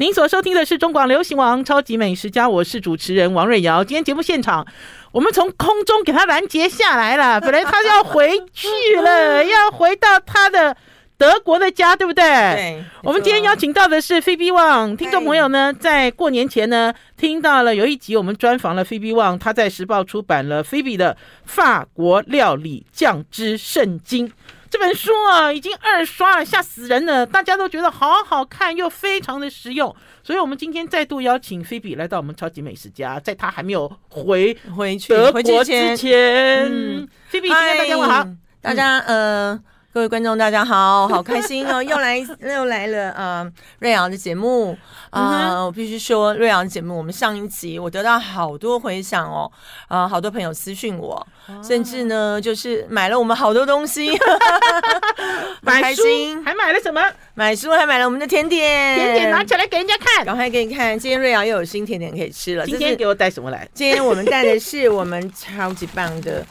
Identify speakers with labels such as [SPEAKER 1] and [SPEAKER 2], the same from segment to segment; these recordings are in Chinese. [SPEAKER 1] 您所收听的是中广流行王《超级美食家》，我是主持人王瑞瑶。今天节目现场，我们从空中给他拦截下来了。本来他要回去了，要回到他的德国的家，对不对？
[SPEAKER 2] 对，
[SPEAKER 1] 哎我们今天邀请到的是 Phoebe Wang，听众朋友呢，在过年前呢，听到了有一集我们专访了 Phoebe Wang，她在时报出版了 Phoebe 的《法国料理酱汁圣经》这本书啊，已经二刷了，吓死人了，大家都觉得好好看又非常的实用，所以我们今天再度邀请 Phoebe 来到我们超级美食家，在她还没有回
[SPEAKER 2] 回去
[SPEAKER 1] 德
[SPEAKER 2] 回
[SPEAKER 1] 国
[SPEAKER 2] 去
[SPEAKER 1] 之
[SPEAKER 2] 前，
[SPEAKER 1] 前
[SPEAKER 2] 嗯
[SPEAKER 1] ，Phoebe 今天大家问好嗯
[SPEAKER 2] 嗨，大家呃，各位观众大家好，好开心哦， 又来又来了呃，瑞阳的节目
[SPEAKER 1] 嗯
[SPEAKER 2] 啊、呃我必须说瑞阳的节目，我们上一集我得到好多回响哦，啊、好多朋友私讯我，
[SPEAKER 1] 哦
[SPEAKER 2] 甚至呢就是买了我们好多东西， 很
[SPEAKER 1] 买
[SPEAKER 2] 开
[SPEAKER 1] 书
[SPEAKER 2] 心，
[SPEAKER 1] 还买了什么
[SPEAKER 2] 买书还买了我们的甜点，
[SPEAKER 1] 甜点拿起来给人家看。
[SPEAKER 2] 赶快给你看，今天瑞阳又有新甜点可以吃了，
[SPEAKER 1] 今
[SPEAKER 2] 这是
[SPEAKER 1] 天给我带什么来？
[SPEAKER 2] 今天我们带的是我们超级棒的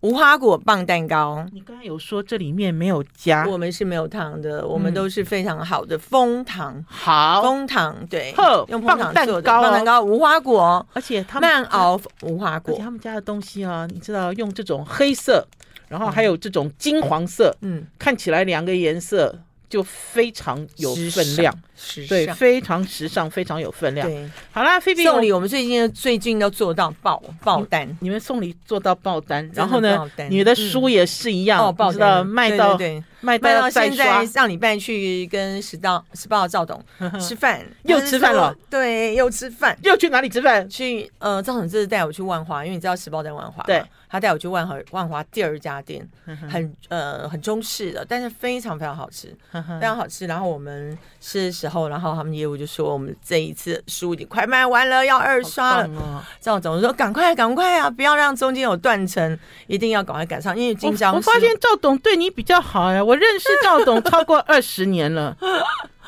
[SPEAKER 2] 无花果棒蛋糕，
[SPEAKER 1] 你刚才有说这里面没有加，
[SPEAKER 2] 我们是没有糖的，我们都是非常好的蜂糖，
[SPEAKER 1] 嗯好，
[SPEAKER 2] 蜂糖对
[SPEAKER 1] 呵，
[SPEAKER 2] 用蜂糖
[SPEAKER 1] 棒蛋
[SPEAKER 2] 做的
[SPEAKER 1] 糕哦
[SPEAKER 2] 棒蛋糕，无花果
[SPEAKER 1] 而且他们
[SPEAKER 2] 慢，熬无花
[SPEAKER 1] 而且
[SPEAKER 2] 果，
[SPEAKER 1] 他们家的东西啊，你知道用这种黑色，然后还有这种金黄色，
[SPEAKER 2] 嗯，
[SPEAKER 1] 看起来两个颜色就非常有
[SPEAKER 2] 时
[SPEAKER 1] 分量，
[SPEAKER 2] 尚，时
[SPEAKER 1] 对，
[SPEAKER 2] 尚。
[SPEAKER 1] 非常时尚，非常有分量。
[SPEAKER 2] 对，
[SPEAKER 1] 好啦，菲比，
[SPEAKER 2] 送礼我们最近最近都做到爆爆单，
[SPEAKER 1] 你们送礼做到爆单，
[SPEAKER 2] 的
[SPEAKER 1] 然后呢
[SPEAKER 2] 爆，单嗯
[SPEAKER 1] 你的书也是一样，
[SPEAKER 2] 哦，爆
[SPEAKER 1] 嗯你知道
[SPEAKER 2] 单
[SPEAKER 1] 卖
[SPEAKER 2] 对
[SPEAKER 1] 到
[SPEAKER 2] 对对
[SPEAKER 1] 卖
[SPEAKER 2] 卖到
[SPEAKER 1] 到再
[SPEAKER 2] 现
[SPEAKER 1] 刷
[SPEAKER 2] 在，上礼拜去跟十道十八 赵董吃饭，
[SPEAKER 1] 又
[SPEAKER 2] 他就
[SPEAKER 1] 吃饭
[SPEAKER 2] 说
[SPEAKER 1] 了，
[SPEAKER 2] 对，又吃饭，
[SPEAKER 1] 又去哪里吃饭？
[SPEAKER 2] 去呃，赵总这次带我去万华，因为你知道时报在万华嘛，
[SPEAKER 1] 对嗯
[SPEAKER 2] 他带我去万华万华第二家店，很呃很中式的，但是非常非常好吃，
[SPEAKER 1] 嗯
[SPEAKER 2] 非常好吃。然后我们吃的时候，然后他们业务就说我们这一次书已经快卖完了，要二刷了。
[SPEAKER 1] 了，
[SPEAKER 2] 赵总说赶快赶快啊，不要让中间有断层，一定要赶快赶上，因为
[SPEAKER 1] 我
[SPEAKER 2] 经商
[SPEAKER 1] 我
[SPEAKER 2] 是
[SPEAKER 1] 发现赵董对你比较好呀，我认识赵董超过二十年了，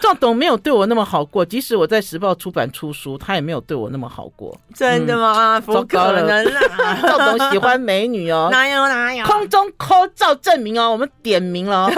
[SPEAKER 1] 赵董没有对我那么好过，即使我在时报出版出书，他也没有对我那么好过。
[SPEAKER 2] 真的吗？不
[SPEAKER 1] 嗯糟糕
[SPEAKER 2] 可
[SPEAKER 1] 了！
[SPEAKER 2] 能 啊
[SPEAKER 1] 赵董喜欢美女 哦。
[SPEAKER 2] 哪有哪有，
[SPEAKER 1] 空中 call 赵证明哦，我们点名了、 哦。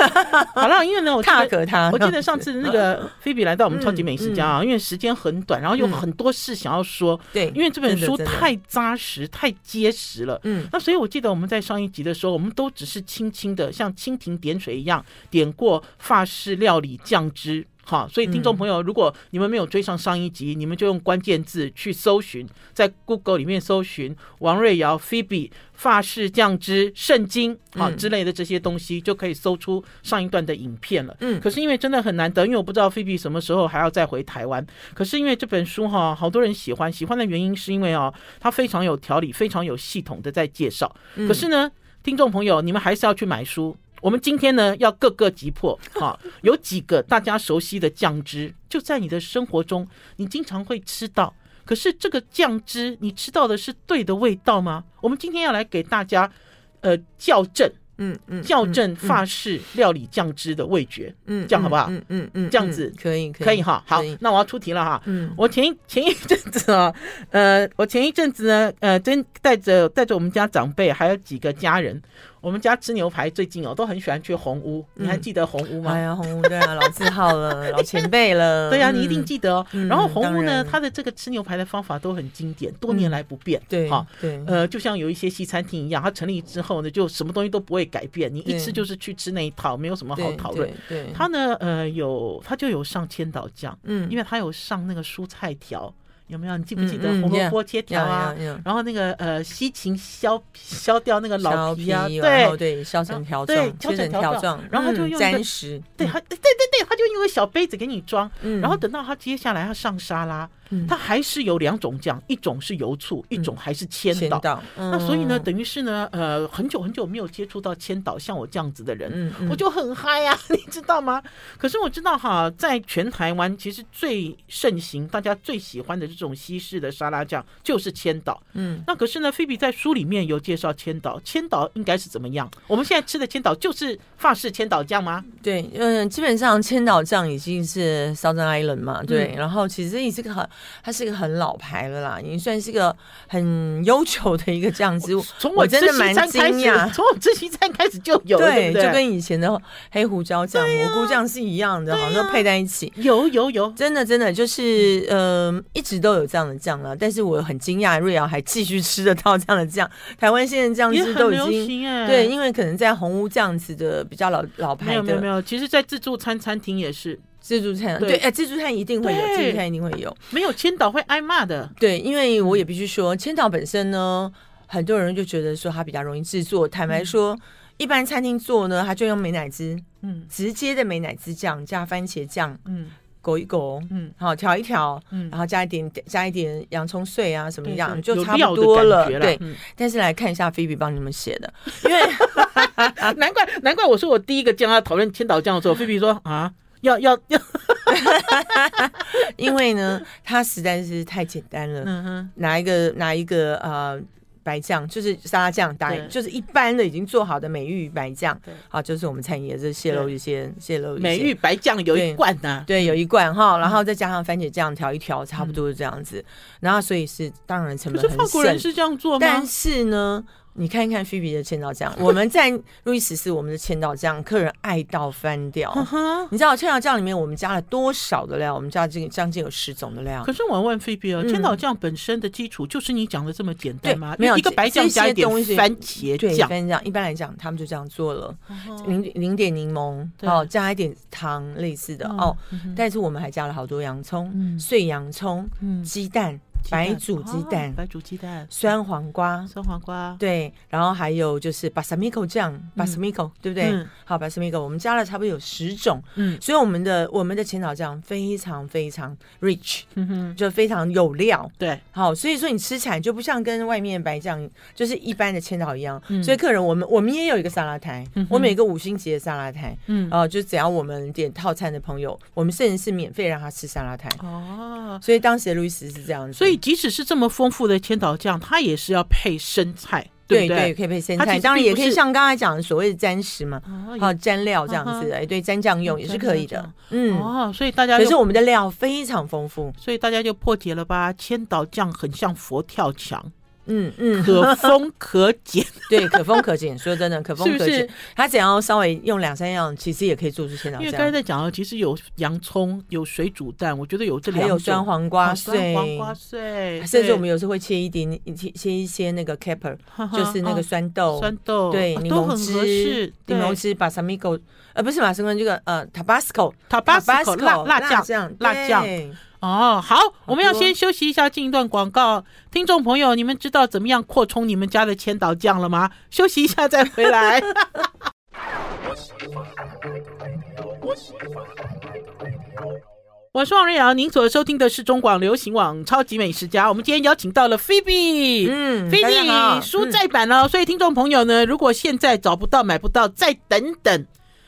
[SPEAKER 1] 好了，因为呢，我记
[SPEAKER 2] 踏
[SPEAKER 1] 得
[SPEAKER 2] 可他。
[SPEAKER 1] 我记得上次那个菲比来到我们
[SPEAKER 2] 嗯
[SPEAKER 1] 超级美食家啊，因为时间很短，然后有
[SPEAKER 2] 嗯
[SPEAKER 1] 很多事想要说，
[SPEAKER 2] 对，
[SPEAKER 1] 因为这本
[SPEAKER 2] 真的
[SPEAKER 1] 书
[SPEAKER 2] 真的
[SPEAKER 1] 太扎实、太结实了。
[SPEAKER 2] 嗯
[SPEAKER 1] 那所以我记得我们在上一集的时候，我们都只是轻轻的，像蜻蜓点水一样点过法式料理酱汁。好，所以听
[SPEAKER 2] 嗯
[SPEAKER 1] 众朋友，如果你们没有追上上一集，你们就用关键字去搜寻，在 Google 里面搜寻王瑞瑶、Phoebe 法式酱汁圣经好
[SPEAKER 2] 嗯
[SPEAKER 1] 之类的这些东西，就可以搜出上一段的影片了。
[SPEAKER 2] 嗯
[SPEAKER 1] 可是因为真的很难得，因为我不知道菲比什么时候还要再回台湾。可是因为这本书哈，好多人喜欢，喜欢的原因是因为哦，它非常有条理，非常有系统的在介绍。
[SPEAKER 2] 嗯
[SPEAKER 1] 可是呢，听众朋友，你们还是要去买书。我们今天呢，要各个击 破啊，有几个大家熟悉的酱汁，就在你的生活中，你经常会吃到。可是这个酱汁，你吃到的是对的味道吗？我们今天要来给大家，呃，校正
[SPEAKER 2] 嗯嗯
[SPEAKER 1] 校
[SPEAKER 2] 嗯
[SPEAKER 1] 正
[SPEAKER 2] 嗯
[SPEAKER 1] 法式料理酱汁的味觉。
[SPEAKER 2] 嗯，
[SPEAKER 1] 这样好不好
[SPEAKER 2] 嗯嗯嗯，
[SPEAKER 1] 这样子
[SPEAKER 2] 嗯可以
[SPEAKER 1] 可以哈，好
[SPEAKER 2] 可以，
[SPEAKER 1] 那我要出题了哈。
[SPEAKER 2] 嗯
[SPEAKER 1] 我前一前一阵子啊，呃，我前一阵子呢，呃，真带着带着我们家长辈还有几个家人，我们家吃牛排最近哦都很喜欢去红屋，你还
[SPEAKER 2] 嗯
[SPEAKER 1] 记得红屋
[SPEAKER 2] 哎
[SPEAKER 1] 吗？
[SPEAKER 2] 呀，红屋对啊，老字 号了，老前辈了，
[SPEAKER 1] 对呀、
[SPEAKER 2] 嗯
[SPEAKER 1] 你一定记得哦。
[SPEAKER 2] 嗯
[SPEAKER 1] 然后红
[SPEAKER 2] 当
[SPEAKER 1] 屋呢，
[SPEAKER 2] 然嗯
[SPEAKER 1] 它的这个吃牛排的方法都很经典，多年来不变。
[SPEAKER 2] 对
[SPEAKER 1] 哈，
[SPEAKER 2] 对，
[SPEAKER 1] 呃，就像有一些西餐厅一样，它成立之后呢，就什么东西都不会改变，你一吃
[SPEAKER 2] 对
[SPEAKER 1] 就是去吃那一套，没有什么好
[SPEAKER 2] 对
[SPEAKER 1] 讨论。，
[SPEAKER 2] 对，对
[SPEAKER 1] 它呢，呃，有它就有上千岛酱。
[SPEAKER 2] 嗯
[SPEAKER 1] 因为它有上那个蔬菜条，有没有？你记不记得
[SPEAKER 2] 嗯嗯
[SPEAKER 1] 胡萝卜切条啊？
[SPEAKER 2] 要要要
[SPEAKER 1] 然后那个呃，西芹削削掉那个老
[SPEAKER 2] 削
[SPEAKER 1] 皮啊，
[SPEAKER 2] 皮，然后
[SPEAKER 1] 对。
[SPEAKER 2] 对，削成
[SPEAKER 1] 然后
[SPEAKER 2] 条
[SPEAKER 1] 对
[SPEAKER 2] 状，
[SPEAKER 1] 削
[SPEAKER 2] 切
[SPEAKER 1] 成
[SPEAKER 2] 成
[SPEAKER 1] 条状
[SPEAKER 2] 条状，
[SPEAKER 1] 然后就用
[SPEAKER 2] 嗯
[SPEAKER 1] 一个
[SPEAKER 2] 沾食，
[SPEAKER 1] 对，它对对对对，它就用个小杯子给你装，
[SPEAKER 2] 嗯，
[SPEAKER 1] 然后等到它接下来它上沙拉，
[SPEAKER 2] 嗯
[SPEAKER 1] 它还是有两种酱，一种是油醋，一种还是千
[SPEAKER 2] 前
[SPEAKER 1] 岛。
[SPEAKER 2] 导，
[SPEAKER 1] 那
[SPEAKER 2] 那
[SPEAKER 1] 所以呢，，等于是呢，呃，很久很久没有接触到千岛像我这样子的人，
[SPEAKER 2] 嗯，嗯
[SPEAKER 1] 我就很嗨呀、 你知道吗？可是我知道哈，在全台湾其实最盛行、大家最喜欢的这种西式的沙拉酱就是千岛。
[SPEAKER 2] 嗯
[SPEAKER 1] 那可是呢，菲比在书里面有介绍千岛，千岛应该是怎么样？我们现在吃的千岛就是法式千岛酱吗？
[SPEAKER 2] 对，嗯，基本上千岛酱已经是 Southern Island 嘛，对，
[SPEAKER 1] 嗯
[SPEAKER 2] 然后其实也是个很它是一个很老牌了啦，已经算是个很悠久的一个酱汁。
[SPEAKER 1] 从
[SPEAKER 2] 我
[SPEAKER 1] 我
[SPEAKER 2] 真
[SPEAKER 1] 吃
[SPEAKER 2] 的
[SPEAKER 1] 西
[SPEAKER 2] 蛮
[SPEAKER 1] 餐开
[SPEAKER 2] 惊
[SPEAKER 1] 始，
[SPEAKER 2] 讶
[SPEAKER 1] 从我吃西餐开始就有了，对不对？
[SPEAKER 2] 就跟以前的黑胡椒酱、蘑菇酱是一样的，好像都配在一起。
[SPEAKER 1] 有有有，
[SPEAKER 2] 真的，真的就是，嗯、一直都有这样的酱啦。但是我很惊讶，瑞瑶还继续吃得到这样的酱。台湾现在酱
[SPEAKER 1] 也
[SPEAKER 2] 汁都
[SPEAKER 1] 很
[SPEAKER 2] 已
[SPEAKER 1] 流
[SPEAKER 2] 经
[SPEAKER 1] 行哎。
[SPEAKER 2] 对，因为可能在红屋这样子的比较老老
[SPEAKER 1] 没
[SPEAKER 2] 牌
[SPEAKER 1] 有没有没
[SPEAKER 2] 的
[SPEAKER 1] 有，其实，在自助餐餐厅也是
[SPEAKER 2] 自助餐，
[SPEAKER 1] 对
[SPEAKER 2] 对，哎，自助餐一定会有，自
[SPEAKER 1] 对
[SPEAKER 2] 助餐一定会有。
[SPEAKER 1] 没有千岛会挨骂的。
[SPEAKER 2] 对，因为我也必须说，千岛本身呢，很多人就觉得说它比较容易制作。坦白说，一般餐厅做呢，它就用美乃滋，
[SPEAKER 1] 嗯
[SPEAKER 2] 直接的美乃滋酱加番茄酱
[SPEAKER 1] 嗯
[SPEAKER 2] 勾一勾，
[SPEAKER 1] 嗯
[SPEAKER 2] 好调一调，
[SPEAKER 1] 嗯，
[SPEAKER 2] 然后加一点加一点洋葱碎啊什么
[SPEAKER 1] 对
[SPEAKER 2] 样
[SPEAKER 1] 对
[SPEAKER 2] 就
[SPEAKER 1] 有
[SPEAKER 2] 差
[SPEAKER 1] 料
[SPEAKER 2] 不
[SPEAKER 1] 的
[SPEAKER 2] 多
[SPEAKER 1] 感
[SPEAKER 2] 了。
[SPEAKER 1] 觉啦
[SPEAKER 2] 对，
[SPEAKER 1] 嗯
[SPEAKER 2] 但是来看一下菲比帮你们写的，因为
[SPEAKER 1] 啊，难怪难怪我说我第一个将要讨论千岛酱的时候，菲比说啊，要要 要，
[SPEAKER 2] 因为呢，它实在是太简单了。
[SPEAKER 1] 嗯哼，
[SPEAKER 2] 拿一个拿一个呃白酱，就是沙拉酱，打
[SPEAKER 1] 对
[SPEAKER 2] 就是一般的已经做好的美玉白酱
[SPEAKER 1] 对，
[SPEAKER 2] 啊，就是我们餐饮也是泄露一些泄露一些
[SPEAKER 1] 美玉嗯白酱有一
[SPEAKER 2] 对
[SPEAKER 1] 罐呐，
[SPEAKER 2] 对，有一罐哈，然后再加上番茄酱调一调，差不多是这样子。然后所以是当然成
[SPEAKER 1] 嗯可
[SPEAKER 2] 本
[SPEAKER 1] 是
[SPEAKER 2] 很
[SPEAKER 1] 法国人
[SPEAKER 2] 省，
[SPEAKER 1] 是这样做吗
[SPEAKER 2] 但？是呢。你看一看菲比的千岛酱， 我们在路易十四我们的千岛酱，客人爱到 翻掉。
[SPEAKER 1] 嗯哼。
[SPEAKER 2] 你知道千岛酱里面我们加了多少的料？我们加了这个将近有十种的料。
[SPEAKER 1] 可是我问菲比啊，
[SPEAKER 2] 嗯
[SPEAKER 1] 千岛酱本身的基础就是你讲的这么简单吗？
[SPEAKER 2] 对没有
[SPEAKER 1] 一个白酱
[SPEAKER 2] 这些
[SPEAKER 1] 加一点
[SPEAKER 2] 东西
[SPEAKER 1] 番茄
[SPEAKER 2] 对，
[SPEAKER 1] 酱，
[SPEAKER 2] 番茄酱一般来讲他们就这样做了。
[SPEAKER 1] 嗯
[SPEAKER 2] 零零点柠檬
[SPEAKER 1] 对
[SPEAKER 2] 哦，加一点糖类似的哦，，
[SPEAKER 1] 嗯
[SPEAKER 2] 但是我们还加了好多洋葱、
[SPEAKER 1] 嗯
[SPEAKER 2] 碎洋葱、
[SPEAKER 1] 嗯
[SPEAKER 2] 鸡蛋、
[SPEAKER 1] 鸡蛋
[SPEAKER 2] 白煮鸡
[SPEAKER 1] 哦
[SPEAKER 2] 蛋、
[SPEAKER 1] 白煮鸡蛋，
[SPEAKER 2] 酸黄瓜，
[SPEAKER 1] 酸黄瓜，
[SPEAKER 2] 对，然后还有就是巴萨米 m 酱，巴萨米 m 对不对
[SPEAKER 1] 嗯？
[SPEAKER 2] 好，巴萨米 m 我们加了差不多有十种，
[SPEAKER 1] 嗯
[SPEAKER 2] 所以我们的我们的千岛酱非常非常 rich，
[SPEAKER 1] 嗯哼，
[SPEAKER 2] 就非常有料。
[SPEAKER 1] 对，
[SPEAKER 2] 好，所以说你吃起来就不像跟外面白酱就是一般的千岛一样，
[SPEAKER 1] 嗯
[SPEAKER 2] 所以客人我们我们也有一个沙拉台，
[SPEAKER 1] 嗯哼
[SPEAKER 2] 我们有一个五星级的沙拉台，
[SPEAKER 1] 嗯
[SPEAKER 2] 哦，就只要我们点套餐的朋友，我们甚至是免费让他吃沙拉台。
[SPEAKER 1] 哦，
[SPEAKER 2] 所以当时的路易斯是这样子，
[SPEAKER 1] 所以即使是这么丰富的千岛酱，它也是要配生菜，
[SPEAKER 2] 对
[SPEAKER 1] 不对？
[SPEAKER 2] 可以配生
[SPEAKER 1] 它其
[SPEAKER 2] 菜，
[SPEAKER 1] 实
[SPEAKER 2] 当然也
[SPEAKER 1] 并不
[SPEAKER 2] 可以
[SPEAKER 1] 是
[SPEAKER 2] 像刚才讲的所谓的沾食嘛，
[SPEAKER 1] 哦
[SPEAKER 2] 好沾料这样
[SPEAKER 1] 嗯
[SPEAKER 2] 子
[SPEAKER 1] 哼
[SPEAKER 2] 的，哎，对，沾酱用也是可以
[SPEAKER 1] 沾
[SPEAKER 2] 的
[SPEAKER 1] 酱，
[SPEAKER 2] 嗯。
[SPEAKER 1] 哦，所以大家
[SPEAKER 2] 可
[SPEAKER 1] 就是
[SPEAKER 2] 我们的料非常丰富，
[SPEAKER 1] 所以大家就破解了吧？千岛酱很像佛跳墙，
[SPEAKER 2] 嗯嗯，
[SPEAKER 1] 可 丰可减，
[SPEAKER 2] 对，可丰可减。说真的，可丰
[SPEAKER 1] 是不
[SPEAKER 2] 可减
[SPEAKER 1] 是。
[SPEAKER 2] 他只要稍微用两三样，其实也可以做出千岛
[SPEAKER 1] 因为
[SPEAKER 2] 酱。
[SPEAKER 1] 刚才在讲了，其实有洋葱，有水煮蛋，我觉得有这
[SPEAKER 2] 还
[SPEAKER 1] 两
[SPEAKER 2] 有
[SPEAKER 1] 种，
[SPEAKER 2] 酸黄瓜
[SPEAKER 1] 哦酸
[SPEAKER 2] 碎，
[SPEAKER 1] 黄瓜碎，
[SPEAKER 2] 甚至我们
[SPEAKER 1] 有
[SPEAKER 2] 有时会切一点切切一些那个 caper，就是那个酸豆。
[SPEAKER 1] 嗯哦酸豆，
[SPEAKER 2] 对，
[SPEAKER 1] 啊
[SPEAKER 2] 柠
[SPEAKER 1] 都
[SPEAKER 2] 檬
[SPEAKER 1] 很合
[SPEAKER 2] 汁
[SPEAKER 1] 适，，
[SPEAKER 2] 柠檬汁把 a s a m i c o 呃，不是马 a s 这个呃 Tabasco，
[SPEAKER 1] 塔巴斯口辣辣
[SPEAKER 2] 辣
[SPEAKER 1] 酱。
[SPEAKER 2] 酱，
[SPEAKER 1] 辣酱
[SPEAKER 2] 对
[SPEAKER 1] 哦，好，我们要
[SPEAKER 2] 多
[SPEAKER 1] 先休息一下，进一段广告。听众朋友，你们知道怎么样扩充你们家的千岛酱了吗？休息一下再回来。 我是王瑞瑶，您所收听的是中广流行网《超级美食家》，我们今天邀请到了菲比。
[SPEAKER 2] 嗯，
[SPEAKER 1] 菲
[SPEAKER 2] 大家好嗯
[SPEAKER 1] 比书再版哦，所以听众朋友呢，如果现在找不到、买不到，再等等，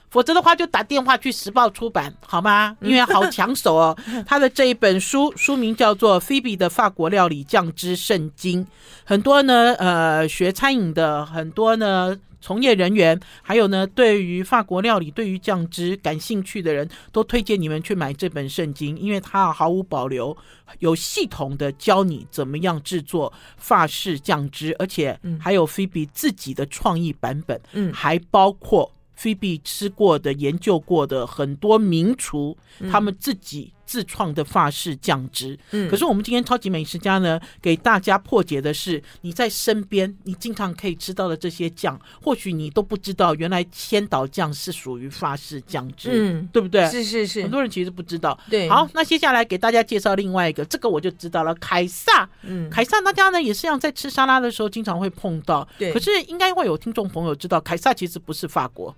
[SPEAKER 1] 否则的话就打电话去时报出版好吗？
[SPEAKER 2] 嗯
[SPEAKER 1] 因为好抢手 哦。他的这一本书书名叫做《菲比的法国料理酱汁圣经》，很多呢，呃，学餐饮的很多呢。从业人员，还有呢，对于法国料理、对于酱汁感兴趣的人，都推荐你们去买这本圣经，因为它毫无保留、有系统的教你怎么样制作法式酱汁，而且
[SPEAKER 2] 嗯
[SPEAKER 1] 还有菲比自己的创意版本，
[SPEAKER 2] 嗯
[SPEAKER 1] 还包括菲比吃过的、研究过的很多名厨、他们自己自创的法式酱汁。
[SPEAKER 2] 嗯
[SPEAKER 1] 可是我们今天超级美食家呢，给大家破解的是，你在身边你经常可以吃到的这些酱，或许你都不知道，原来千岛酱是属于法式酱汁，
[SPEAKER 2] 嗯，
[SPEAKER 1] 对不对？
[SPEAKER 2] 是是是
[SPEAKER 1] 很，多人其实不知道。
[SPEAKER 2] 对，
[SPEAKER 1] 好，，那接下来给大家介绍另外一个，这个我就知道了，凯撒。
[SPEAKER 2] 嗯，
[SPEAKER 1] 凯撒大家呢也是一样，在吃沙拉的时候经常会碰到。
[SPEAKER 2] 对
[SPEAKER 1] 可是应该会有听众朋友知道，凯撒其实不是法国。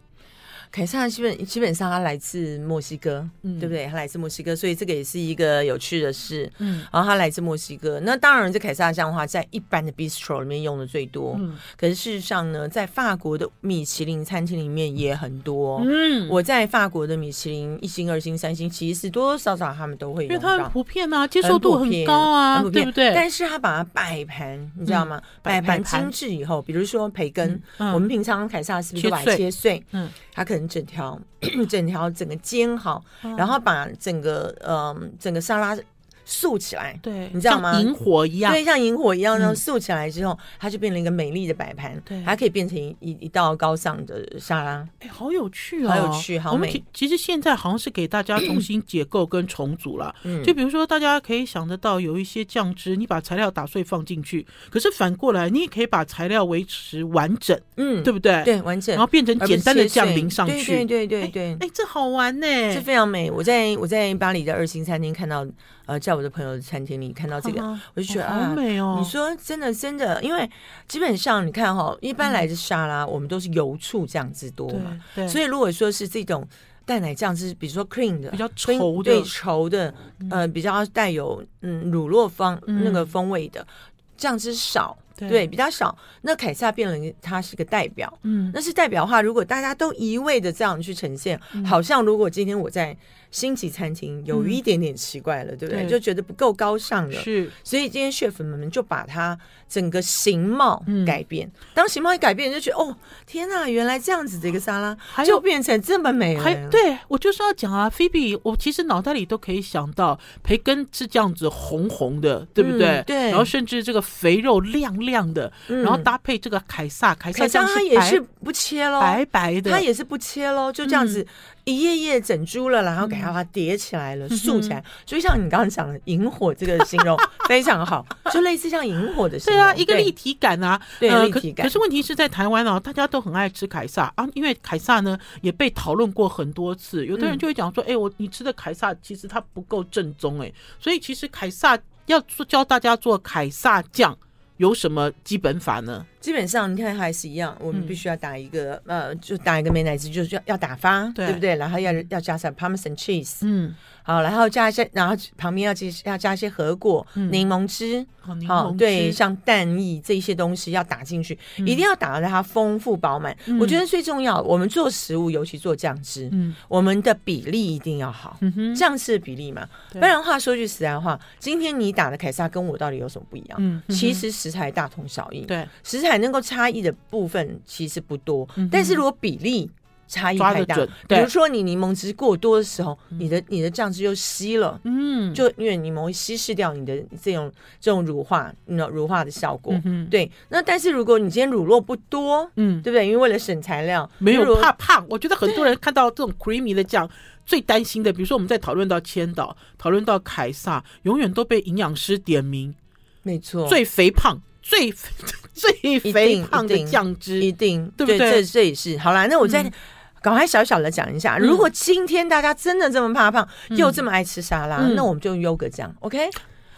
[SPEAKER 2] 凯撒基本基本上他来自墨西哥，
[SPEAKER 1] 嗯
[SPEAKER 2] 对不对？他来自墨西哥，所以这个也是一个有趣的事。
[SPEAKER 1] 嗯
[SPEAKER 2] 然后他来自墨西哥，那当然这凯撒酱的话，在一般的 bistro 里面用的最多，
[SPEAKER 1] 嗯
[SPEAKER 2] 可是事实上呢，在法国的米其林餐厅里面也很多。
[SPEAKER 1] 嗯，
[SPEAKER 2] 我在法国的米其林一星、二星、三星，其实多多少少他们都会
[SPEAKER 1] 因为
[SPEAKER 2] 用
[SPEAKER 1] 它很
[SPEAKER 2] 到。
[SPEAKER 1] 普遍啊，接受度
[SPEAKER 2] 很普
[SPEAKER 1] 很
[SPEAKER 2] 遍
[SPEAKER 1] 高啊，
[SPEAKER 2] 很普遍
[SPEAKER 1] 对不对？嗯
[SPEAKER 2] 但是他把它摆盘，你知道吗？
[SPEAKER 1] 摆
[SPEAKER 2] 摆
[SPEAKER 1] 摆
[SPEAKER 2] 盘
[SPEAKER 1] 盘
[SPEAKER 2] 精致以后，比如说培根，
[SPEAKER 1] 嗯嗯
[SPEAKER 2] 我们平常凯撒是不是
[SPEAKER 1] 切
[SPEAKER 2] 都把它
[SPEAKER 1] 碎
[SPEAKER 2] 切碎？
[SPEAKER 1] 嗯
[SPEAKER 2] 嗯，它可能 整
[SPEAKER 1] 哦
[SPEAKER 2] 条整条整个煎好，然后把整个嗯、整个沙拉塑起来，
[SPEAKER 1] 对，
[SPEAKER 2] 你知道吗
[SPEAKER 1] 像萤火一样，
[SPEAKER 2] 对，像萤火一样，然后
[SPEAKER 1] 嗯
[SPEAKER 2] 塑起来之后，它就变成一个美丽的摆盘，
[SPEAKER 1] 对
[SPEAKER 2] 还可以变成一一一道高尚的沙拉。
[SPEAKER 1] 哎，好有趣哦，
[SPEAKER 2] 好有趣好
[SPEAKER 1] 我们
[SPEAKER 2] 美
[SPEAKER 1] 其其实现在好像是给大家重 新解构跟重组了。
[SPEAKER 2] 嗯
[SPEAKER 1] 就比如说，大家可以想得到有一些酱汁，你把材料打碎放进去，可是反过来，你也可以把材料维持完整，
[SPEAKER 2] 嗯，
[SPEAKER 1] 对不对？，
[SPEAKER 2] 对，完整
[SPEAKER 1] 呃然后，变成
[SPEAKER 2] 而不是
[SPEAKER 1] 简单的
[SPEAKER 2] 切碎
[SPEAKER 1] 酱淋上去。
[SPEAKER 2] 对对对对对。
[SPEAKER 1] 哎，这好玩呢、
[SPEAKER 2] 是非常美。我在我在巴黎的二星餐厅看到，呃，在我的朋友的餐厅里看到这个，
[SPEAKER 1] 啊
[SPEAKER 2] 我就觉得
[SPEAKER 1] 哦好
[SPEAKER 2] 啊，
[SPEAKER 1] 美哦。
[SPEAKER 2] 你说真的真的，因为基本上你看哈、一般来的沙拉、我们都是油醋酱汁多
[SPEAKER 1] 对
[SPEAKER 2] 嘛，
[SPEAKER 1] 嗯对，
[SPEAKER 2] 所以如果说是这种蛋奶酱汁，比如说 cream 的
[SPEAKER 1] 比。较
[SPEAKER 2] 跟
[SPEAKER 1] 稠的
[SPEAKER 2] 对，稠的，呃，比较带有嗯乳酪方
[SPEAKER 1] 嗯
[SPEAKER 2] 那个风味的酱汁少，
[SPEAKER 1] 对
[SPEAKER 2] 对，比较少。那凯撒变成它是个代表，
[SPEAKER 1] 嗯，
[SPEAKER 2] 那是代表的话，如果大家都一味的这样去呈现，
[SPEAKER 1] 嗯
[SPEAKER 2] 好像如果今天我在星级餐厅有一点点奇怪了，对不对？
[SPEAKER 1] 对
[SPEAKER 2] 就觉得不够高尚了。
[SPEAKER 1] 是
[SPEAKER 2] 所以今天血粉们就把它整个形貌
[SPEAKER 1] 嗯
[SPEAKER 2] 改变，当形貌一改变，就觉得哦，天呐，原来这样子的一个沙拉
[SPEAKER 1] 还有
[SPEAKER 2] 就变成这么美了。
[SPEAKER 1] 还对我就是要讲啊，菲比，我其实脑袋里都可以想到培根是这样子红红的，对不对？
[SPEAKER 2] 嗯对
[SPEAKER 1] 然后甚至这个肥肉亮亮的，
[SPEAKER 2] 嗯
[SPEAKER 1] 然后搭配这个凯撒，凯撒
[SPEAKER 2] 凯撒
[SPEAKER 1] 酱
[SPEAKER 2] 它
[SPEAKER 1] 是
[SPEAKER 2] 也
[SPEAKER 1] 白
[SPEAKER 2] 是不切喽，
[SPEAKER 1] 白白的，嗯
[SPEAKER 2] 它也是不切喽，就这样子一页页整株了，然后给它把它叠起来
[SPEAKER 1] 嗯
[SPEAKER 2] 了，竖起来。就像你刚刚讲的“萤火”这个 形容非常好，就类似像萤火的形
[SPEAKER 1] 对
[SPEAKER 2] 容。
[SPEAKER 1] 啊，一个立体感啊，
[SPEAKER 2] 哦对
[SPEAKER 1] 呃
[SPEAKER 2] 立体
[SPEAKER 1] 可。
[SPEAKER 2] 感
[SPEAKER 1] 可是问题是在台湾啊，大家都很爱吃凯撒啊，因为凯撒呢也被讨论过很多次，有的人
[SPEAKER 2] 嗯
[SPEAKER 1] 就会讲说，哎、我你吃的凯撒其实它不够正宗、哎，所以其实凯撒要做教大家做凯撒酱有什么基本法呢？
[SPEAKER 2] 基本上你看还是一样，我们
[SPEAKER 1] 嗯
[SPEAKER 2] 必须要打一个、呃，就打一个美乃滋，就是要要打发，
[SPEAKER 1] 对
[SPEAKER 2] 不对？然后要要加上 parmesan cheese，、
[SPEAKER 1] 嗯，
[SPEAKER 2] 好，然后加一些，然后旁边要加要加一些核果、
[SPEAKER 1] 嗯
[SPEAKER 2] 柠檬汁，
[SPEAKER 1] 好，柠
[SPEAKER 2] 好、
[SPEAKER 1] 檬
[SPEAKER 2] 对，
[SPEAKER 1] 汁
[SPEAKER 2] 像蛋液这些东西要打进去，
[SPEAKER 1] 嗯
[SPEAKER 2] 一定要打得它丰富饱满。我觉得最重要，我们做食物，尤其做酱汁，
[SPEAKER 1] 嗯
[SPEAKER 2] 我们的比例一定要好，
[SPEAKER 1] 嗯哼，
[SPEAKER 2] 酱汁的比例嘛。
[SPEAKER 1] 对
[SPEAKER 2] 不然的话，说句实在话，今天你打的凯撒跟我到底有什么不一样？
[SPEAKER 1] 嗯，嗯
[SPEAKER 2] 其实食材大同小异，
[SPEAKER 1] 对，
[SPEAKER 2] 食材能够差异的部分其实不多，
[SPEAKER 1] 嗯
[SPEAKER 2] 但是如果比例差异
[SPEAKER 1] 抓
[SPEAKER 2] 太
[SPEAKER 1] 得
[SPEAKER 2] 大，
[SPEAKER 1] 准，
[SPEAKER 2] 比
[SPEAKER 1] 对
[SPEAKER 2] 如，说你柠檬汁过多的时候，你的你的酱汁又稀了。
[SPEAKER 1] 嗯，
[SPEAKER 2] 就因为柠檬会稀释掉你的这种这种乳化，你知道乳化的效果。
[SPEAKER 1] 嗯哼，
[SPEAKER 2] 对，那但是如果你今天乳酪不多，
[SPEAKER 1] 嗯，
[SPEAKER 2] 对不对？因为为了省材料，
[SPEAKER 1] 没
[SPEAKER 2] 那如
[SPEAKER 1] 有
[SPEAKER 2] 果
[SPEAKER 1] 怕胖，我觉得很多人看到这种 creamy 的酱，最担心的，比如说我们在讨论到千岛，讨论到凯撒，永远都被营养师点名
[SPEAKER 2] 没错，
[SPEAKER 1] 最肥 胖、最最肥胖的酱
[SPEAKER 2] 一
[SPEAKER 1] 汁。
[SPEAKER 2] 定
[SPEAKER 1] 对不对嗯
[SPEAKER 2] 这这也是好啦。那我再。赶快小小的讲一下，如果今天大家真的这么怕胖，又这么爱吃沙拉，
[SPEAKER 1] 嗯
[SPEAKER 2] 那我们就用优格酱，OK？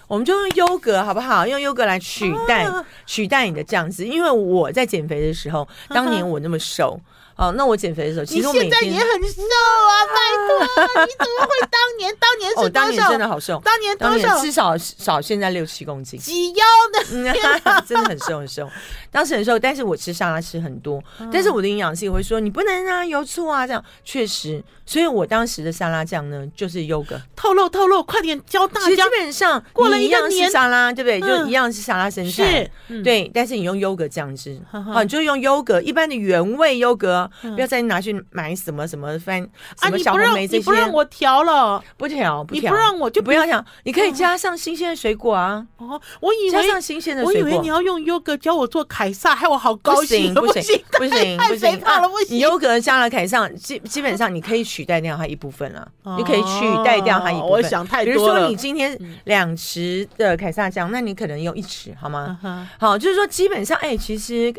[SPEAKER 2] 我们就用优格好不好？用优格来取代、
[SPEAKER 1] 啊
[SPEAKER 2] 取代你的酱汁，因为我在减肥的时候，当年我那么瘦，哦，那我减肥的时候，其
[SPEAKER 1] 你
[SPEAKER 2] 实我每
[SPEAKER 1] 现在
[SPEAKER 2] 天
[SPEAKER 1] 也很瘦啊，拜托，啊你怎么会当年？当年
[SPEAKER 2] 哦，
[SPEAKER 1] 是
[SPEAKER 2] 当
[SPEAKER 1] 多
[SPEAKER 2] 年真的
[SPEAKER 1] 少？
[SPEAKER 2] 好瘦，
[SPEAKER 1] 当年
[SPEAKER 2] 当
[SPEAKER 1] 多
[SPEAKER 2] 年
[SPEAKER 1] 少？，
[SPEAKER 2] 至少少现在六七公斤
[SPEAKER 1] 几腰呢？
[SPEAKER 2] 嗯 真的很瘦很瘦，当时很瘦，但是我吃沙拉吃很多，
[SPEAKER 1] 嗯
[SPEAKER 2] 但是我的营养师也会说你不能啊油醋啊这样，确实，所以我当时的沙拉酱呢就是优格，
[SPEAKER 1] 透露透露，快点教大
[SPEAKER 2] 其实基
[SPEAKER 1] 家。
[SPEAKER 2] 本上
[SPEAKER 1] 过了
[SPEAKER 2] 你一
[SPEAKER 1] 一个
[SPEAKER 2] 样是
[SPEAKER 1] 年
[SPEAKER 2] 沙拉，对不对？
[SPEAKER 1] 嗯
[SPEAKER 2] 就一样是沙拉生菜
[SPEAKER 1] 是。，嗯，
[SPEAKER 2] 对，但是你用优格酱汁，哦
[SPEAKER 1] 呵呵
[SPEAKER 2] 好，你就用优格一般的原味优格，
[SPEAKER 1] 嗯
[SPEAKER 2] 不要再拿去买什么什么番
[SPEAKER 1] 啊，
[SPEAKER 2] 什么
[SPEAKER 1] 你
[SPEAKER 2] 小
[SPEAKER 1] 不
[SPEAKER 2] 红
[SPEAKER 1] 让
[SPEAKER 2] 莓
[SPEAKER 1] 你
[SPEAKER 2] 这
[SPEAKER 1] 不让
[SPEAKER 2] 些，
[SPEAKER 1] 我调了，
[SPEAKER 2] 不调不
[SPEAKER 1] 你
[SPEAKER 2] 调
[SPEAKER 1] 不，让我就
[SPEAKER 2] 就不要调，你可以加上新鲜的水果啊，
[SPEAKER 1] 哦，我以
[SPEAKER 2] 加
[SPEAKER 1] 为
[SPEAKER 2] 上新鲜的
[SPEAKER 1] 我
[SPEAKER 2] 水
[SPEAKER 1] 以
[SPEAKER 2] 果。
[SPEAKER 1] 为你要用优格教我做凯撒，害我好高兴。
[SPEAKER 2] 不行
[SPEAKER 1] 行，
[SPEAKER 2] 不行
[SPEAKER 1] 太
[SPEAKER 2] 不
[SPEAKER 1] 肥
[SPEAKER 2] 行，啊
[SPEAKER 1] 胖了不
[SPEAKER 2] 你
[SPEAKER 1] 行。
[SPEAKER 2] 优格加了凯上，基基本上你可以取代掉它一部分啊，你可以取代掉它一
[SPEAKER 1] 哦
[SPEAKER 2] 部
[SPEAKER 1] 我
[SPEAKER 2] 分。
[SPEAKER 1] 想太
[SPEAKER 2] 比如
[SPEAKER 1] 多
[SPEAKER 2] 说
[SPEAKER 1] 了。嗯
[SPEAKER 2] 你今天两匙的凯撒酱，那你可能用一匙，好吗？
[SPEAKER 1] 嗯哼
[SPEAKER 2] 好，就是说基本上，哎、其实，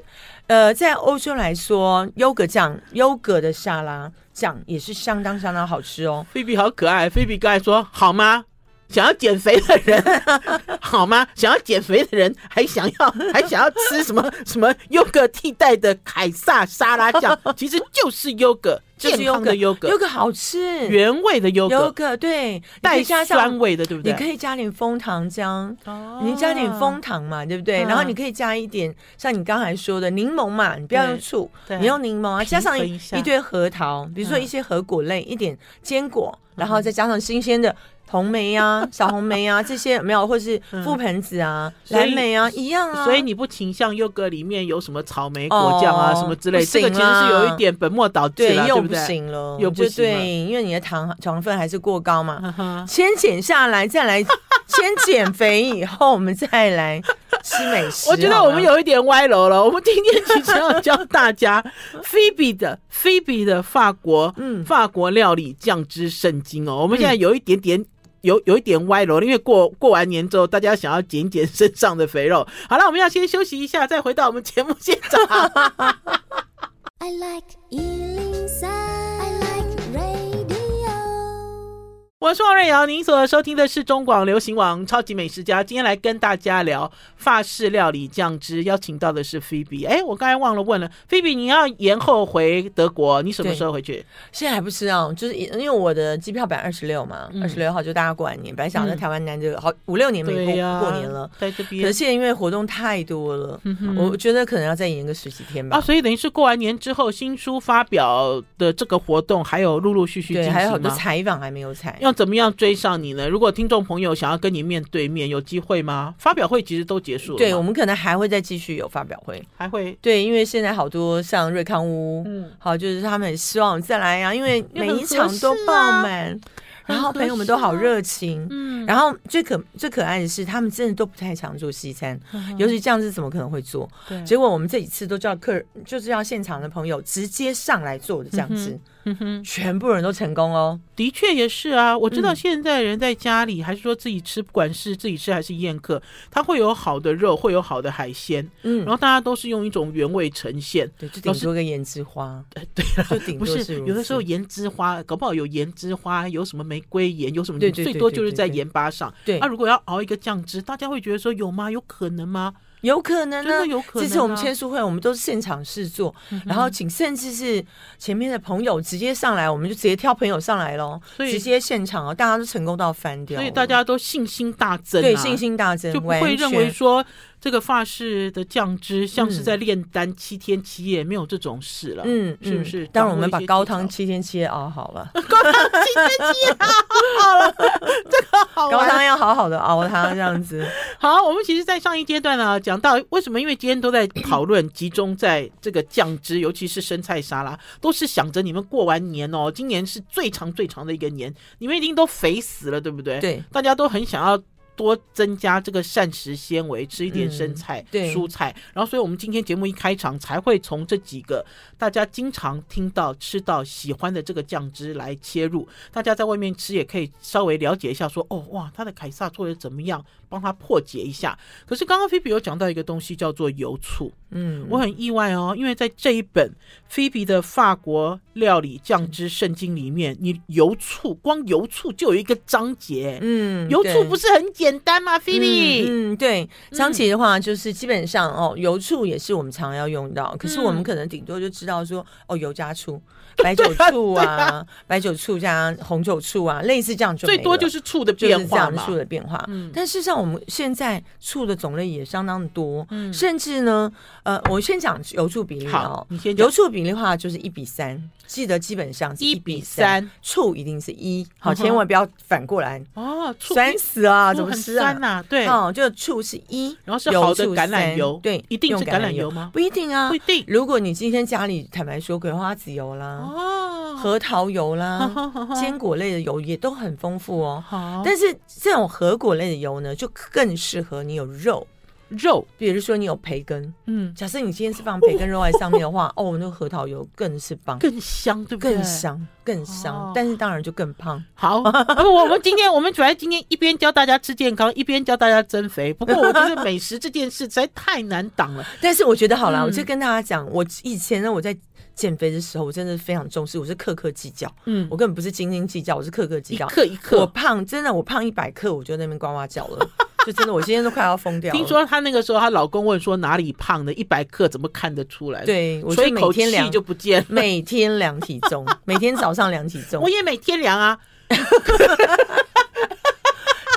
[SPEAKER 2] 呃，在欧洲来说，优格酱、优格的沙拉酱也是相当相当好吃哦。
[SPEAKER 1] 菲比好可爱，菲比刚才说好吗？想要减肥的人 好吗？想要减肥的人还想要还想要吃什么什么优格替代的凯撒沙拉酱，其实就是优格，
[SPEAKER 2] 就是
[SPEAKER 1] 健
[SPEAKER 2] 优
[SPEAKER 1] 康
[SPEAKER 2] 格，
[SPEAKER 1] 的优
[SPEAKER 2] 优
[SPEAKER 1] 格，
[SPEAKER 2] 格好吃，
[SPEAKER 1] 原味的优
[SPEAKER 2] 优
[SPEAKER 1] 格，
[SPEAKER 2] 格对，
[SPEAKER 1] 带
[SPEAKER 2] 你可以加上
[SPEAKER 1] 酸，味的，对不
[SPEAKER 2] 你
[SPEAKER 1] 对？
[SPEAKER 2] 可以加点枫糖浆。
[SPEAKER 1] 哦
[SPEAKER 2] 你加点枫，糖嘛，对不对？
[SPEAKER 1] 嗯
[SPEAKER 2] 然后你可以加一点，像你刚才说的柠檬嘛，你不要用醋，
[SPEAKER 1] 嗯对
[SPEAKER 2] 你用柠檬啊，
[SPEAKER 1] 平衡
[SPEAKER 2] 加上
[SPEAKER 1] 一
[SPEAKER 2] 一
[SPEAKER 1] 下
[SPEAKER 2] 一堆核桃，比如说
[SPEAKER 1] 嗯
[SPEAKER 2] 一些核果类，一点坚果，然后再加上新鲜的红梅 啊、小红梅啊这些有没有，或是覆盆子啊、
[SPEAKER 1] 嗯所以
[SPEAKER 2] 蓝莓啊，一样啊。
[SPEAKER 1] 所以你不倾向优格里面有什么草莓果酱啊、
[SPEAKER 2] 哦
[SPEAKER 1] 什么之类，
[SPEAKER 2] 不
[SPEAKER 1] 这
[SPEAKER 2] 行
[SPEAKER 1] 个
[SPEAKER 2] 啦
[SPEAKER 1] 其实是有一点本末倒置
[SPEAKER 2] 对
[SPEAKER 1] 了，对
[SPEAKER 2] 又
[SPEAKER 1] 不
[SPEAKER 2] 不
[SPEAKER 1] 对？
[SPEAKER 2] 行了，
[SPEAKER 1] 又不
[SPEAKER 2] 就
[SPEAKER 1] 行了嗯
[SPEAKER 2] 对，因为你的糖糖分还是过高嘛。
[SPEAKER 1] 哈哈
[SPEAKER 2] 先减下来，再来先减肥，以后我们再来吃美食。
[SPEAKER 1] 我觉得
[SPEAKER 2] 好吗
[SPEAKER 1] 我们有一点歪楼了。我们今天其实要教大 家菲比的菲比的法国，嗯，
[SPEAKER 2] 嗯
[SPEAKER 1] 法国料理酱汁圣经哦。我们现在有一点点。有有一点歪楼了，因为过过完年之后，大家想要减减身上的肥肉。好了，我们要先休息一下，再回到我们节目现场。
[SPEAKER 3] I like Ealing Sound. I like radio.
[SPEAKER 1] 我是王瑞瑶，您所收听的是中广流行网《超级美食家》，今天来跟大家聊法式料理酱汁，邀请到的是菲比。哎，我刚才忘了问了，菲比，你要延后回德国，你什么时候回去？
[SPEAKER 2] 现在还不知道，就是因为我的机票本来二十六嘛，
[SPEAKER 1] 嗯
[SPEAKER 2] 二十六号就大家过完年，本来想在
[SPEAKER 1] 嗯
[SPEAKER 2] 台湾难得好五六年没过
[SPEAKER 1] 对呀、
[SPEAKER 2] 过年了，，
[SPEAKER 1] 在这
[SPEAKER 2] 可是
[SPEAKER 1] 边
[SPEAKER 2] 现在因为活动太多了
[SPEAKER 1] 哼，
[SPEAKER 2] 我觉得可能要再延个十几天吧
[SPEAKER 1] 啊，。所以等于是过完年之后，新书发表的这个活动还有陆陆续续进
[SPEAKER 2] 对，
[SPEAKER 1] 行吗
[SPEAKER 2] 还有很多采访还没有采。
[SPEAKER 1] 要怎么样追上你呢？如果听众朋友想要跟你面对面，有机会吗？发表会其实都结束了嘛，
[SPEAKER 2] 对，我们可能还会再继续有发表会。
[SPEAKER 1] 还会
[SPEAKER 2] 对，因为现在好多像瑞康屋，
[SPEAKER 1] 嗯
[SPEAKER 2] 好，就是他们也希望我们再来呀、因为每一场都爆满，
[SPEAKER 1] 很合适啊
[SPEAKER 2] 然后朋友们都好热情。
[SPEAKER 1] 嗯，
[SPEAKER 2] 然后最可最可爱的是，他们真的都不太常做西餐，尤其酱汁怎么可能会做？
[SPEAKER 1] 嗯对
[SPEAKER 2] 结果我们这几次都叫客人，就是要现场的朋友直接上来做的酱汁，
[SPEAKER 1] 嗯哼。
[SPEAKER 2] 全部人都成功哦。
[SPEAKER 1] 的确也是啊，我知道
[SPEAKER 2] 嗯
[SPEAKER 1] 现在人在家里，还是说自己吃，不管是自己吃还是宴客，它会有好的肉，会有好的海鲜，
[SPEAKER 2] 嗯
[SPEAKER 1] 然，后大家都是用一种原味呈现。
[SPEAKER 2] 对，就
[SPEAKER 1] 老
[SPEAKER 2] 顶
[SPEAKER 1] 师
[SPEAKER 2] 多个胭脂花，
[SPEAKER 1] 呃对啊
[SPEAKER 2] 就顶
[SPEAKER 1] 不
[SPEAKER 2] 多
[SPEAKER 1] 是
[SPEAKER 2] 如
[SPEAKER 1] 有的时候
[SPEAKER 2] 此
[SPEAKER 1] 盐之花，搞不好有盐之花，有什么玫瑰盐，有什么
[SPEAKER 2] 对对对
[SPEAKER 1] 最多就是
[SPEAKER 2] 对对
[SPEAKER 1] 在
[SPEAKER 2] 对
[SPEAKER 1] 盐巴上。
[SPEAKER 2] 对
[SPEAKER 1] 那、如果要熬一个酱汁，大家会觉得说有吗？有可能吗？
[SPEAKER 2] 有可能
[SPEAKER 1] 真
[SPEAKER 2] 呢
[SPEAKER 1] 的，有可能啊嗯
[SPEAKER 2] 这次我们签书会，我们都是现场试做，然后请甚至是前面的朋友直接上来，我们就直接挑朋友上来喽，
[SPEAKER 1] 所以
[SPEAKER 2] 直接现场哦，大家都成功到翻掉了，
[SPEAKER 1] 所以大家都信心大增、啊，
[SPEAKER 2] 对信心大增，
[SPEAKER 1] 就不
[SPEAKER 2] 完
[SPEAKER 1] 会
[SPEAKER 2] 全
[SPEAKER 1] 认为说这个法式的酱汁像是
[SPEAKER 2] 嗯
[SPEAKER 1] 在炼丹七天七夜，没有这种事了。
[SPEAKER 2] 嗯，
[SPEAKER 1] 是不是
[SPEAKER 2] 嗯当
[SPEAKER 1] 掌
[SPEAKER 2] 然，
[SPEAKER 1] 握
[SPEAKER 2] 我们
[SPEAKER 1] 一
[SPEAKER 2] 把
[SPEAKER 1] 些
[SPEAKER 2] 高
[SPEAKER 1] 技巧
[SPEAKER 2] 汤七天七夜熬哦好了，
[SPEAKER 1] 好
[SPEAKER 2] 高
[SPEAKER 1] 玩
[SPEAKER 2] 汤要好好的熬它，这 样子。
[SPEAKER 1] 好，我们其实，在上一阶段呢，讲到为什么，因为今天都在讨论，集中在这个酱汁，尤其是生菜沙拉，都是想着你们过完年哦，今年是最长最长的一个年，你们一定都肥死了，对不对？，
[SPEAKER 2] 对，
[SPEAKER 1] 大家都很想要。多增加这个膳食纤维，吃一点生菜、
[SPEAKER 2] 嗯对
[SPEAKER 1] 蔬菜，然后，所以我们今天节目一开场才会从这几个大家经常听到、吃到、喜欢的这个酱汁来切入。大家在外面吃也可以稍微了解一下说，哦哇，他的凯撒做的怎么样，帮他破解一下。可是刚刚菲比有讲到一个东西叫做油醋，
[SPEAKER 2] 嗯，
[SPEAKER 1] 我很意外哦，因为在这一本菲比的法国料理酱汁圣经里面，你油醋光油醋就有一个章节，
[SPEAKER 2] 嗯
[SPEAKER 1] 油醋不
[SPEAKER 2] 是
[SPEAKER 1] 是很简单吗？菲比、
[SPEAKER 2] 嗯，嗯对，张琪的话就是基本上哦，油醋也是我们常要用到，可是我
[SPEAKER 1] 嗯
[SPEAKER 2] 们可能顶多就知道说哦，油 加醋、白酒醋啊、白酒醋加红酒醋啊，类似这样就
[SPEAKER 1] 最
[SPEAKER 2] 没
[SPEAKER 1] 多
[SPEAKER 2] 了
[SPEAKER 1] 就是醋的
[SPEAKER 2] 就是
[SPEAKER 1] 变
[SPEAKER 2] 这
[SPEAKER 1] 化
[SPEAKER 2] 样
[SPEAKER 1] 嘛
[SPEAKER 2] 醋。的变化。
[SPEAKER 1] 嗯
[SPEAKER 2] 但事实上，我们现在醋的种类也相当多，甚至呢，呃，我先讲油醋比例
[SPEAKER 1] 嗯好
[SPEAKER 2] 哦，，
[SPEAKER 1] 你先讲
[SPEAKER 2] 油醋比例的话就是一比三，记得基本上是
[SPEAKER 1] 一
[SPEAKER 2] 一
[SPEAKER 1] 比
[SPEAKER 2] 比
[SPEAKER 1] 三
[SPEAKER 2] 三，醋一定是一，
[SPEAKER 1] 嗯
[SPEAKER 2] 好，
[SPEAKER 1] 哼
[SPEAKER 2] 千万不要反过来，
[SPEAKER 1] 哦，醋
[SPEAKER 2] 酸死啊，怎么
[SPEAKER 1] 很
[SPEAKER 2] 吃
[SPEAKER 1] 酸
[SPEAKER 2] 啊？
[SPEAKER 1] 呐、对，
[SPEAKER 2] 哦，就醋是一，
[SPEAKER 1] 然后是好的
[SPEAKER 2] 油醋
[SPEAKER 1] 橄榄油
[SPEAKER 2] 三对，
[SPEAKER 1] 一定是
[SPEAKER 2] 用
[SPEAKER 1] 橄榄油吗
[SPEAKER 2] 不一定啊
[SPEAKER 1] 不一，定
[SPEAKER 2] 如果你今天家里坦白说，葵花籽油啦、
[SPEAKER 1] 哦，
[SPEAKER 2] 核桃油啦、
[SPEAKER 1] 坚
[SPEAKER 2] 坚果类的油也都很丰富哦。
[SPEAKER 1] 好，
[SPEAKER 2] 但是这种核果类的油呢，就更适合你有肉，
[SPEAKER 1] 肉，
[SPEAKER 2] 比如说你有培根。
[SPEAKER 1] 嗯，
[SPEAKER 2] 假设你今天是放培根肉在上面 的话，哦，那个核桃油更是棒，
[SPEAKER 1] 更香，对不对？
[SPEAKER 2] 更。香，更香，
[SPEAKER 1] 哦
[SPEAKER 2] 但是当然就更胖。
[SPEAKER 1] 好，啊不我们今天我们主要今天一边教大家吃健康，一边教大家增肥。不过我觉得美食这件事实在太难挡了。
[SPEAKER 2] 但 是我觉得好啦，
[SPEAKER 1] 嗯
[SPEAKER 2] 我就跟大家讲，我以前呢，我在减肥的时候，我真的非常重视，我是克克计较，
[SPEAKER 1] 嗯，
[SPEAKER 2] 我根本不是斤斤计较，我是克克计
[SPEAKER 1] 一
[SPEAKER 2] 较。
[SPEAKER 1] 克一
[SPEAKER 2] 我
[SPEAKER 1] 克。
[SPEAKER 2] 胖，真的，我胖一百克，我就在那边呱呱叫了，就真的，我今天都快要疯掉了。
[SPEAKER 1] 听说她那个时候，她老公问说哪里胖的，一百克怎么看得出来？，
[SPEAKER 2] 对，我
[SPEAKER 1] 吹
[SPEAKER 2] 就
[SPEAKER 1] 一
[SPEAKER 2] 每
[SPEAKER 1] 口
[SPEAKER 2] 天
[SPEAKER 1] 气
[SPEAKER 2] 量
[SPEAKER 1] 就不见了。
[SPEAKER 2] 每天量体 重，每天早上量体重
[SPEAKER 1] 我，也每天量啊，